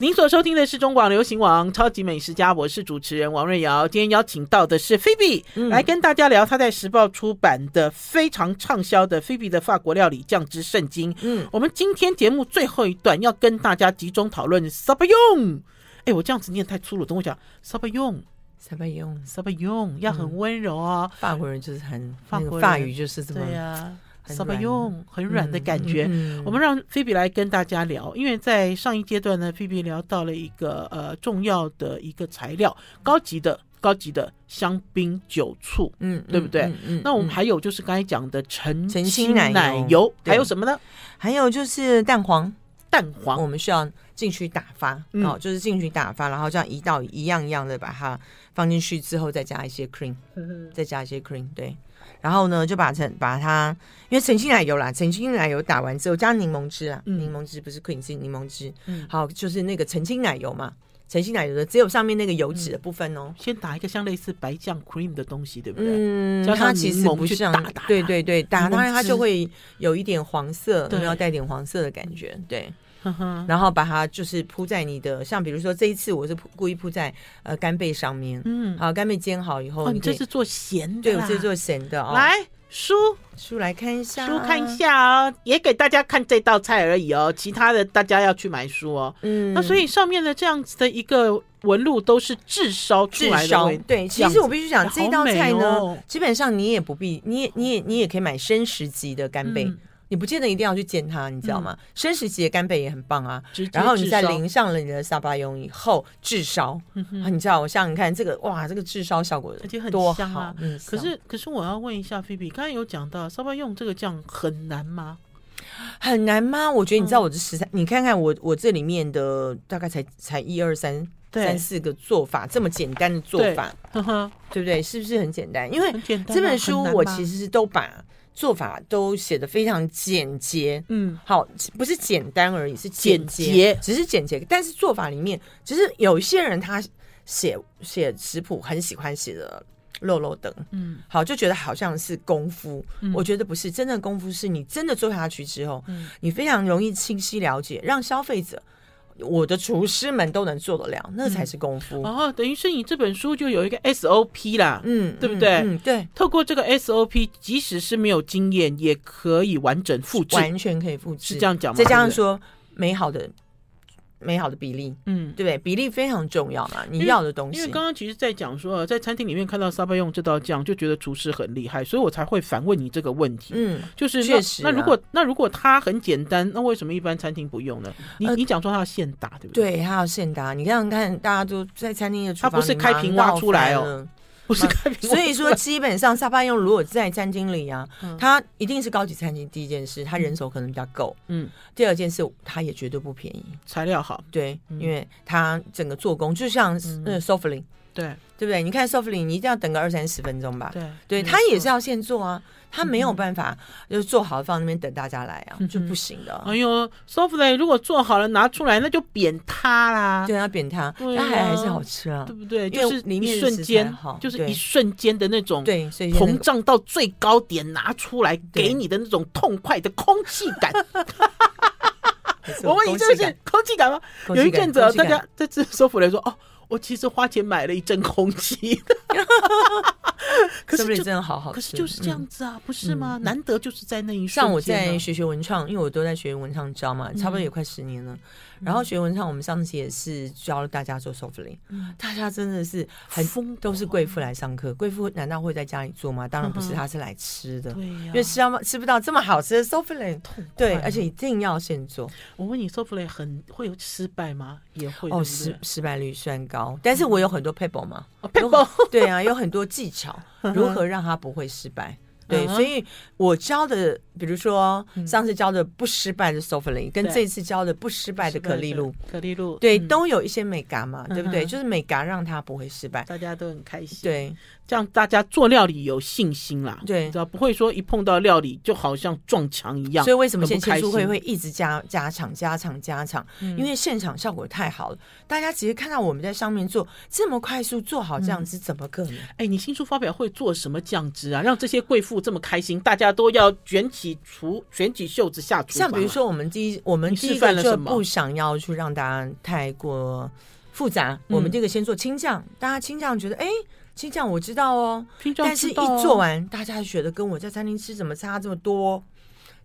[SPEAKER 1] 您所收听的是中广流行网《超级美食家》，我是主持人王瑞瑶。今天邀请到的是菲比、
[SPEAKER 2] 嗯
[SPEAKER 1] 来跟大家聊她在时报出版的非常畅销的菲比的法国料理酱汁圣经。
[SPEAKER 2] 嗯，
[SPEAKER 1] 我们今天节目最后一段要跟大家集中讨论 s a b a y o n 哎，我这样子念太粗鲁，等我讲 s a b a y o n
[SPEAKER 2] 沙巴用
[SPEAKER 1] s a b a y o n 要很温柔啊。
[SPEAKER 2] 法国人就是很
[SPEAKER 1] 法
[SPEAKER 2] 那个
[SPEAKER 1] 国人
[SPEAKER 2] 法语就是这么
[SPEAKER 1] 对呀、
[SPEAKER 2] 嗯很
[SPEAKER 1] s a b a
[SPEAKER 2] 软
[SPEAKER 1] y o n 很软的感
[SPEAKER 2] 嗯
[SPEAKER 1] 觉。
[SPEAKER 2] 嗯
[SPEAKER 1] 我们让菲比来跟大家聊，因为在上一阶段呢，菲比聊到了一个呃重要的一个材料，高级的高级的香槟酒醋。
[SPEAKER 2] 嗯，
[SPEAKER 1] 对不对
[SPEAKER 2] 嗯嗯
[SPEAKER 1] 那我们
[SPEAKER 2] 嗯
[SPEAKER 1] 还有就是刚才讲的澄
[SPEAKER 2] 澄
[SPEAKER 1] 清
[SPEAKER 2] 清奶油
[SPEAKER 1] 奶油，
[SPEAKER 2] 对
[SPEAKER 1] 还有什么呢？
[SPEAKER 2] 还有就是蛋黄，
[SPEAKER 1] 蛋黄
[SPEAKER 2] 我们需要进去打发，
[SPEAKER 1] 嗯
[SPEAKER 2] 哦，就是进去打发，然后这样一道一样一样的把它放进去之后，再加一些 cream，再加一些 cream，对。然后呢，就把成把它，因为澄清奶油啦，澄清奶油打完之后加柠檬汁啦，
[SPEAKER 1] 嗯
[SPEAKER 2] 柠檬汁不是 cream 是柠檬汁，
[SPEAKER 1] 嗯
[SPEAKER 2] 好，就是那个澄清奶油嘛，澄清奶油的只有上面那个油
[SPEAKER 1] 嗯
[SPEAKER 2] 脂的部分哦，
[SPEAKER 1] 先打一个像类似白酱 cream 的东西，对不对？
[SPEAKER 2] 嗯
[SPEAKER 1] 加上
[SPEAKER 2] 它其
[SPEAKER 1] 柠
[SPEAKER 2] 实
[SPEAKER 1] 檬
[SPEAKER 2] 不
[SPEAKER 1] 去
[SPEAKER 2] 像
[SPEAKER 1] 打打打
[SPEAKER 2] 对对对，打，
[SPEAKER 1] 柠檬
[SPEAKER 2] 当然它
[SPEAKER 1] 汁
[SPEAKER 2] 就会有一点黄色，
[SPEAKER 1] 对
[SPEAKER 2] 有没有带点黄色的感觉？对，
[SPEAKER 1] 呵呵
[SPEAKER 2] 然后把它就是铺在你的，像比如说这一次我是铺故意铺在呃干贝上面，啊
[SPEAKER 1] 嗯，
[SPEAKER 2] 好，干贝煎好以后
[SPEAKER 1] 哦，
[SPEAKER 2] 你
[SPEAKER 1] 你
[SPEAKER 2] 可
[SPEAKER 1] 这
[SPEAKER 2] 以，
[SPEAKER 1] 是做咸的，
[SPEAKER 2] 对我这是。做咸的哦，
[SPEAKER 1] 来，叔
[SPEAKER 2] 叔来看一下，
[SPEAKER 1] 叔看一，下哦，也给大家看这道菜而已哦，其他的大家要去买书哦。
[SPEAKER 2] 嗯
[SPEAKER 1] 那所以上面的这样子的一个纹路都是炙烧
[SPEAKER 2] 炙
[SPEAKER 1] 出来的
[SPEAKER 2] 烧
[SPEAKER 1] 味道，
[SPEAKER 2] 对，其
[SPEAKER 1] 样
[SPEAKER 2] 实
[SPEAKER 1] 子
[SPEAKER 2] 我必须讲
[SPEAKER 1] 哎
[SPEAKER 2] 这
[SPEAKER 1] 好
[SPEAKER 2] 道菜
[SPEAKER 1] 美
[SPEAKER 2] 呢，
[SPEAKER 1] 哦
[SPEAKER 2] 基本上你也不必，你也你也你也可以买生食级的干贝。
[SPEAKER 1] 嗯
[SPEAKER 2] 你不见得一定要去煎它，你知道吗？生食级的干贝也很棒啊
[SPEAKER 1] 直接。
[SPEAKER 2] 然后你再
[SPEAKER 1] 炙烧嗯
[SPEAKER 2] 淋上了你的沙巴蓉以后，炙烧、啊，你知道，我想想看，这个哇，这个炙烧效果
[SPEAKER 1] 而且很
[SPEAKER 2] 多
[SPEAKER 1] 香
[SPEAKER 2] 好
[SPEAKER 1] 啊。
[SPEAKER 2] 嗯，
[SPEAKER 1] 可
[SPEAKER 2] 香
[SPEAKER 1] 是可是我要问一下菲比，刚才有讲到沙巴用这个酱很难吗？
[SPEAKER 2] 很难吗？我觉得你知
[SPEAKER 1] 嗯
[SPEAKER 2] 道我这十三，你看看我我这里面的大概才才一二三
[SPEAKER 1] 对
[SPEAKER 2] 三四个做法，这么简单的做法，
[SPEAKER 1] 呵呵，
[SPEAKER 2] 对不对？是不是很简单？因为
[SPEAKER 1] 很简单啊。
[SPEAKER 2] 这本书
[SPEAKER 1] 很难吗
[SPEAKER 2] 我其实都把做法都写的非常简洁。
[SPEAKER 1] 嗯
[SPEAKER 2] 好，不是简单而已，是简洁，
[SPEAKER 1] 简洁
[SPEAKER 2] 只是简洁。但是做法里面，只是有一些人他写写食谱很喜欢写的肉肉等，
[SPEAKER 1] 嗯
[SPEAKER 2] 好，就觉得好像是功夫。
[SPEAKER 1] 嗯
[SPEAKER 2] 我觉得不是，真正的功夫是你真的做下去之后，你非常容易清晰了解，让消费者。我的厨师们都能做得了，那才是功夫。
[SPEAKER 1] 哦，等于是你这本书就有一个 SOP 啦，
[SPEAKER 2] 嗯，
[SPEAKER 1] 对不对
[SPEAKER 2] 嗯，对，
[SPEAKER 1] 透过这个 SOP，即使是没有经验，也可以完整复制。
[SPEAKER 2] 完全可以复
[SPEAKER 1] 是
[SPEAKER 2] 制。
[SPEAKER 1] 这样讲吗
[SPEAKER 2] 再加上
[SPEAKER 1] 对不对
[SPEAKER 2] 说美好的美好的比例，
[SPEAKER 1] 嗯。
[SPEAKER 2] 对不对？比例非常重要嘛，你
[SPEAKER 1] 因为
[SPEAKER 2] 要的东
[SPEAKER 1] 因为
[SPEAKER 2] 西。
[SPEAKER 1] 刚刚其实，在讲说，呃在餐厅里面看到沙巴用这道酱，就觉得厨师很厉害，所以我才会反问你这个问题。
[SPEAKER 2] 嗯，
[SPEAKER 1] 就是那
[SPEAKER 2] 确实
[SPEAKER 1] 那如
[SPEAKER 2] 啊
[SPEAKER 1] 果那如果它很简单，那为什么一般餐厅不用呢？你、
[SPEAKER 2] 呃
[SPEAKER 1] 你讲说它要现打，对不对？对，
[SPEAKER 2] 对，还有现打，你想想看，大家都在餐厅的厨
[SPEAKER 1] 它
[SPEAKER 2] 房，
[SPEAKER 1] 不是开瓶挖出来哦。不是
[SPEAKER 2] 那
[SPEAKER 1] 开瓶。
[SPEAKER 2] 所以说，基本上沙巴用如果在餐厅里啊，
[SPEAKER 1] 嗯
[SPEAKER 2] 它一定是高级餐厅。第一件事，它人手可能比较够；
[SPEAKER 1] 嗯，
[SPEAKER 2] 第二件事，它也绝对不便宜。
[SPEAKER 1] 材料好，
[SPEAKER 2] 对，
[SPEAKER 1] 嗯
[SPEAKER 2] 因为它整个做工就像那个 Softlink，
[SPEAKER 1] 对
[SPEAKER 2] 对不对？你看 Softlink，你一定要等个二三十分钟吧？
[SPEAKER 1] 对
[SPEAKER 2] 啊
[SPEAKER 1] 嗯
[SPEAKER 2] 对，他也是要现做啊，他没有办法就是做好放那边等大家来啊，就不行的啊。
[SPEAKER 1] 哎呦 s o f t l y 如果做好了拿出来，那就扁塌啦，
[SPEAKER 2] 对他扁他，
[SPEAKER 1] 对啊
[SPEAKER 2] 但还还是好吃啊
[SPEAKER 1] 对。不对？
[SPEAKER 2] 因为
[SPEAKER 1] 就是
[SPEAKER 2] 里面
[SPEAKER 1] 一
[SPEAKER 2] 的
[SPEAKER 1] 瞬
[SPEAKER 2] 食材
[SPEAKER 1] 间
[SPEAKER 2] 好，
[SPEAKER 1] 就是
[SPEAKER 2] 对
[SPEAKER 1] 一瞬间的那种
[SPEAKER 2] 对，所以就那
[SPEAKER 1] 膨
[SPEAKER 2] 个
[SPEAKER 1] 胀到最高点，拿出来给
[SPEAKER 2] 对
[SPEAKER 1] 你的那种痛快的空气 感。
[SPEAKER 2] 还是有
[SPEAKER 1] 我问你，
[SPEAKER 2] 空
[SPEAKER 1] 这
[SPEAKER 2] 气
[SPEAKER 1] 是
[SPEAKER 2] 感
[SPEAKER 1] 空气感吗？
[SPEAKER 2] 空气
[SPEAKER 1] 有一
[SPEAKER 2] 感
[SPEAKER 1] 阵子啊，
[SPEAKER 2] 空气
[SPEAKER 1] 大
[SPEAKER 2] 感
[SPEAKER 1] 家在 这收服来说，哦，我其实花钱买了一阵空气，可是
[SPEAKER 2] 这里
[SPEAKER 1] 就
[SPEAKER 2] 真的好好吃，
[SPEAKER 1] 可是就是这样
[SPEAKER 2] 嗯。
[SPEAKER 1] 子啊，不是吗？难得就是在那一瞬间啊、嗯
[SPEAKER 2] 像我在学学文创，因为我都在学文创教嘛，差不多也快十年了。然后学文创，我们上次也是教了大家做 softly，、
[SPEAKER 1] 嗯
[SPEAKER 2] 大家真的是很
[SPEAKER 1] 疯狂
[SPEAKER 2] 都是贵妇来上课，贵妇难道会在家里做吗？当然不是，她是来吃的，
[SPEAKER 1] 嗯对啊呀、
[SPEAKER 2] 因为吃到吃不到这么好吃的 softly，
[SPEAKER 1] 痛快
[SPEAKER 2] 对，
[SPEAKER 1] 啊
[SPEAKER 2] 而且一定要现做。
[SPEAKER 1] 我问你 s o f l y 很会有失败吗？也会
[SPEAKER 2] 哦，
[SPEAKER 1] 是
[SPEAKER 2] 失失败率算高，但是我有很多 paper 嘛，
[SPEAKER 1] 配包
[SPEAKER 2] 对啊，有很多技巧，如何让它不会失败。对，
[SPEAKER 1] 嗯嗯哼嗯
[SPEAKER 2] 所以我教的，比如说上次教的不失败的 s o f l y 跟
[SPEAKER 1] 对
[SPEAKER 2] 这次教的不失败的可丽露，，
[SPEAKER 1] 可丽露
[SPEAKER 2] 对，
[SPEAKER 1] 嗯
[SPEAKER 2] 都有一些美嘎嘛，对不
[SPEAKER 1] 嗯
[SPEAKER 2] 对？
[SPEAKER 1] 哼嗯
[SPEAKER 2] 就是美嘎让它不会失败。
[SPEAKER 1] 大家都很开心。
[SPEAKER 2] 对，
[SPEAKER 1] 这样大家做料理有信心啦，
[SPEAKER 2] 对
[SPEAKER 1] 你知道不会说一碰到料理就好像撞墙一样。
[SPEAKER 2] 所以为什么
[SPEAKER 1] 很
[SPEAKER 2] 现
[SPEAKER 1] 不开
[SPEAKER 2] 签书会
[SPEAKER 1] 心嗯
[SPEAKER 2] 会一直加加场、加场、加场？因为现场效果太好了，大家直接看到我们在上面做这么快速做好
[SPEAKER 1] 嗯
[SPEAKER 2] 这样子，怎么可能？
[SPEAKER 1] 哎，你新书发表会做什么酱汁啊？让这些贵妇这么开心，大家都要卷起厨卷起袖子下厨房啊。
[SPEAKER 2] 像比如说我们第一，我们
[SPEAKER 1] 你
[SPEAKER 2] 第一
[SPEAKER 1] 示范
[SPEAKER 2] 个
[SPEAKER 1] 了
[SPEAKER 2] 就
[SPEAKER 1] 什么
[SPEAKER 2] 不想要去让大家太过复杂，我
[SPEAKER 1] 嗯
[SPEAKER 2] 们这个先做青酱，大家青酱觉得哎。青酱我知道哦，
[SPEAKER 1] 听众
[SPEAKER 2] 但是
[SPEAKER 1] 知
[SPEAKER 2] 一
[SPEAKER 1] 道啊，
[SPEAKER 2] 做完，大家觉得跟我在餐厅吃怎么差这么多？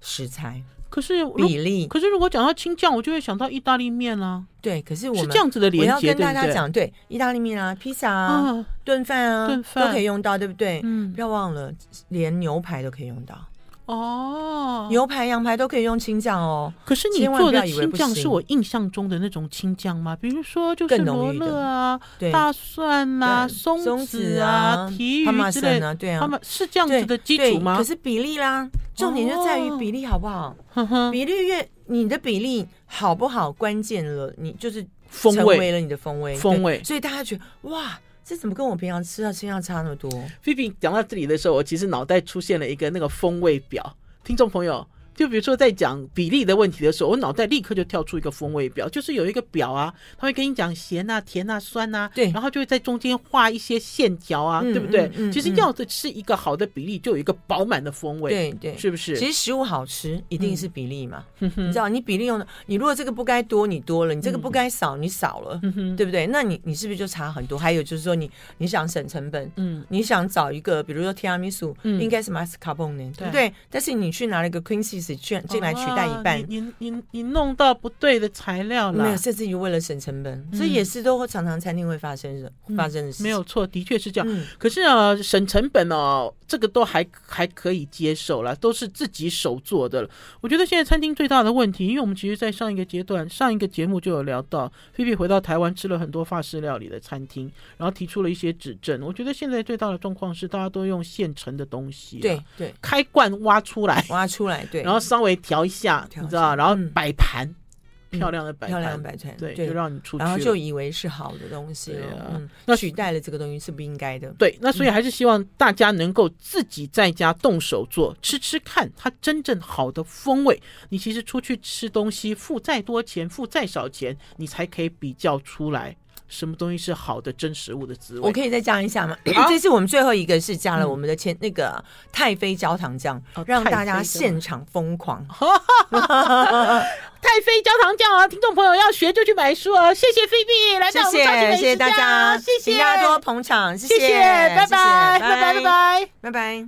[SPEAKER 2] 食材
[SPEAKER 1] 可是如
[SPEAKER 2] 比例
[SPEAKER 1] 可是如果讲到青酱，我就会想到意大利面啦、
[SPEAKER 2] 对，可是我
[SPEAKER 1] 是
[SPEAKER 2] 们
[SPEAKER 1] 这样子的
[SPEAKER 2] 我
[SPEAKER 1] 连
[SPEAKER 2] 要
[SPEAKER 1] 接，
[SPEAKER 2] 跟
[SPEAKER 1] 对
[SPEAKER 2] 大
[SPEAKER 1] 不
[SPEAKER 2] 家
[SPEAKER 1] 对？
[SPEAKER 2] 讲，对，意大利面啊、披萨啊、
[SPEAKER 1] 啊，
[SPEAKER 2] 炖饭啊
[SPEAKER 1] 炖，饭
[SPEAKER 2] 都可以用到，对不对？
[SPEAKER 1] 嗯
[SPEAKER 2] 不，要忘了，连牛排都可以用到，
[SPEAKER 1] 哦，
[SPEAKER 2] 牛排、羊排都可以用青酱哦。
[SPEAKER 1] 可是你
[SPEAKER 2] 千万
[SPEAKER 1] 做
[SPEAKER 2] 不
[SPEAKER 1] 的
[SPEAKER 2] 要以为
[SPEAKER 1] 青
[SPEAKER 2] 不
[SPEAKER 1] 酱是
[SPEAKER 2] 行
[SPEAKER 1] 我印象中的那种青酱吗？比如说就是
[SPEAKER 2] 更
[SPEAKER 1] 罗
[SPEAKER 2] 浓郁的
[SPEAKER 1] 勒啊、
[SPEAKER 2] 对，
[SPEAKER 1] 大蒜啊、
[SPEAKER 2] 对
[SPEAKER 1] 松
[SPEAKER 2] 子
[SPEAKER 1] 啊、提
[SPEAKER 2] 帕
[SPEAKER 1] 鱼
[SPEAKER 2] 玛
[SPEAKER 1] 之
[SPEAKER 2] 森
[SPEAKER 1] 类，
[SPEAKER 2] 啊，对啊，
[SPEAKER 1] 他们是这样
[SPEAKER 2] 对
[SPEAKER 1] 子的基
[SPEAKER 2] 对
[SPEAKER 1] 础吗哦
[SPEAKER 2] 可？是比例啦，重点就在于比例好不好？
[SPEAKER 1] 哼哼，
[SPEAKER 2] 比例越你的比例好不好，关键了，你就是
[SPEAKER 1] 风
[SPEAKER 2] 成为
[SPEAKER 1] 味。
[SPEAKER 2] 了你的风味，
[SPEAKER 1] 风
[SPEAKER 2] 对
[SPEAKER 1] 味
[SPEAKER 2] 所以大家觉得哇，这怎么跟我平常吃的青酱差那么多？
[SPEAKER 1] 菲比讲到这里的时候，我其实脑袋出现了一个那个风味表，听众朋友。就比如说在讲比例的问题的时候，我脑袋立刻就跳出一个风味表，就是有一个表啊，他会跟你讲咸啊、甜啊、酸啊，
[SPEAKER 2] 对
[SPEAKER 1] 然后就会在中间画一些线条啊，
[SPEAKER 2] 嗯
[SPEAKER 1] 对不对？
[SPEAKER 2] 嗯嗯
[SPEAKER 1] 其实
[SPEAKER 2] 嗯
[SPEAKER 1] 要的是一个好的比例，就有一个饱满的风味。
[SPEAKER 2] 对对。
[SPEAKER 1] 是不是？嗯
[SPEAKER 2] 其实食物好吃一定是比例嘛，你知道你比例用的，你如果这个不该多你多了，你这个不该少你少了，
[SPEAKER 1] 嗯
[SPEAKER 2] 对不对？那你你是不是就差很多？还有就是说你你想省成本，
[SPEAKER 1] 嗯，
[SPEAKER 2] 你想找一个，比如说提拉米苏，
[SPEAKER 1] 嗯
[SPEAKER 2] 应该是 mascarpone，对
[SPEAKER 1] 对
[SPEAKER 2] 不对？但是你去拿了一个 cream cheese 去进来取代一半
[SPEAKER 1] 哦，你你你你弄到不对的材料
[SPEAKER 2] 没
[SPEAKER 1] 了嗯
[SPEAKER 2] 有，，甚至于为了省成本，这也是都会常常餐厅会发生的发生的事情。
[SPEAKER 1] 没有错，的确是这样。
[SPEAKER 2] 嗯，
[SPEAKER 1] 可是啊，省成本哦，这个都还还可以接受啦，都是自己手做的了。我觉得现在餐厅最大的问题，因为我们其实，在上一个阶段、上一个节目就有聊到，菲菲回到台湾吃了很多法式料理的餐厅，然后提出了一些指正。我觉得现在最大的状况是，大家都用现成的东西，
[SPEAKER 2] 对，对，
[SPEAKER 1] 开罐挖出来，
[SPEAKER 2] 挖出来对，
[SPEAKER 1] 啊然后稍微调一下，
[SPEAKER 2] 调一下
[SPEAKER 1] 你知道，然后
[SPEAKER 2] 嗯
[SPEAKER 1] 摆盘，漂亮的摆
[SPEAKER 2] 漂
[SPEAKER 1] 盘，
[SPEAKER 2] 亮摆摊，
[SPEAKER 1] 对，就让你出去了，
[SPEAKER 2] 然后就以为是好的东西
[SPEAKER 1] 对
[SPEAKER 2] 了
[SPEAKER 1] 啊，
[SPEAKER 2] 嗯，
[SPEAKER 1] 那
[SPEAKER 2] 取代了这个东西是不应该的。
[SPEAKER 1] 对，那所以还是希望
[SPEAKER 2] 嗯
[SPEAKER 1] 大家能够自己在家动手做，吃吃看它真正好的风味。你其实出去吃东西，付再多钱，付再少钱，你才可以比较出来什么东西是好的真食物的滋味。
[SPEAKER 2] 我可以再加 一下吗？这次我们最后一个是加了我们的前那个太妃焦糖酱
[SPEAKER 1] 嗯哦，
[SPEAKER 2] 让
[SPEAKER 1] 太妃
[SPEAKER 2] 大
[SPEAKER 1] 焦
[SPEAKER 2] 家
[SPEAKER 1] 糖
[SPEAKER 2] 现场疯狂。
[SPEAKER 1] 太妃焦糖酱啊，听众朋友要学就去买书哦。谢谢菲比来
[SPEAKER 2] 谢
[SPEAKER 1] 到我们
[SPEAKER 2] 谢
[SPEAKER 1] 超级美食
[SPEAKER 2] 谢哦谢大
[SPEAKER 1] 家
[SPEAKER 2] 家，
[SPEAKER 1] 谢谢
[SPEAKER 2] 请大家多捧场，谢
[SPEAKER 1] 谢谢，
[SPEAKER 2] 谢
[SPEAKER 1] 拜拜，拜
[SPEAKER 2] 谢
[SPEAKER 1] 拜，拜拜。
[SPEAKER 2] 拜拜。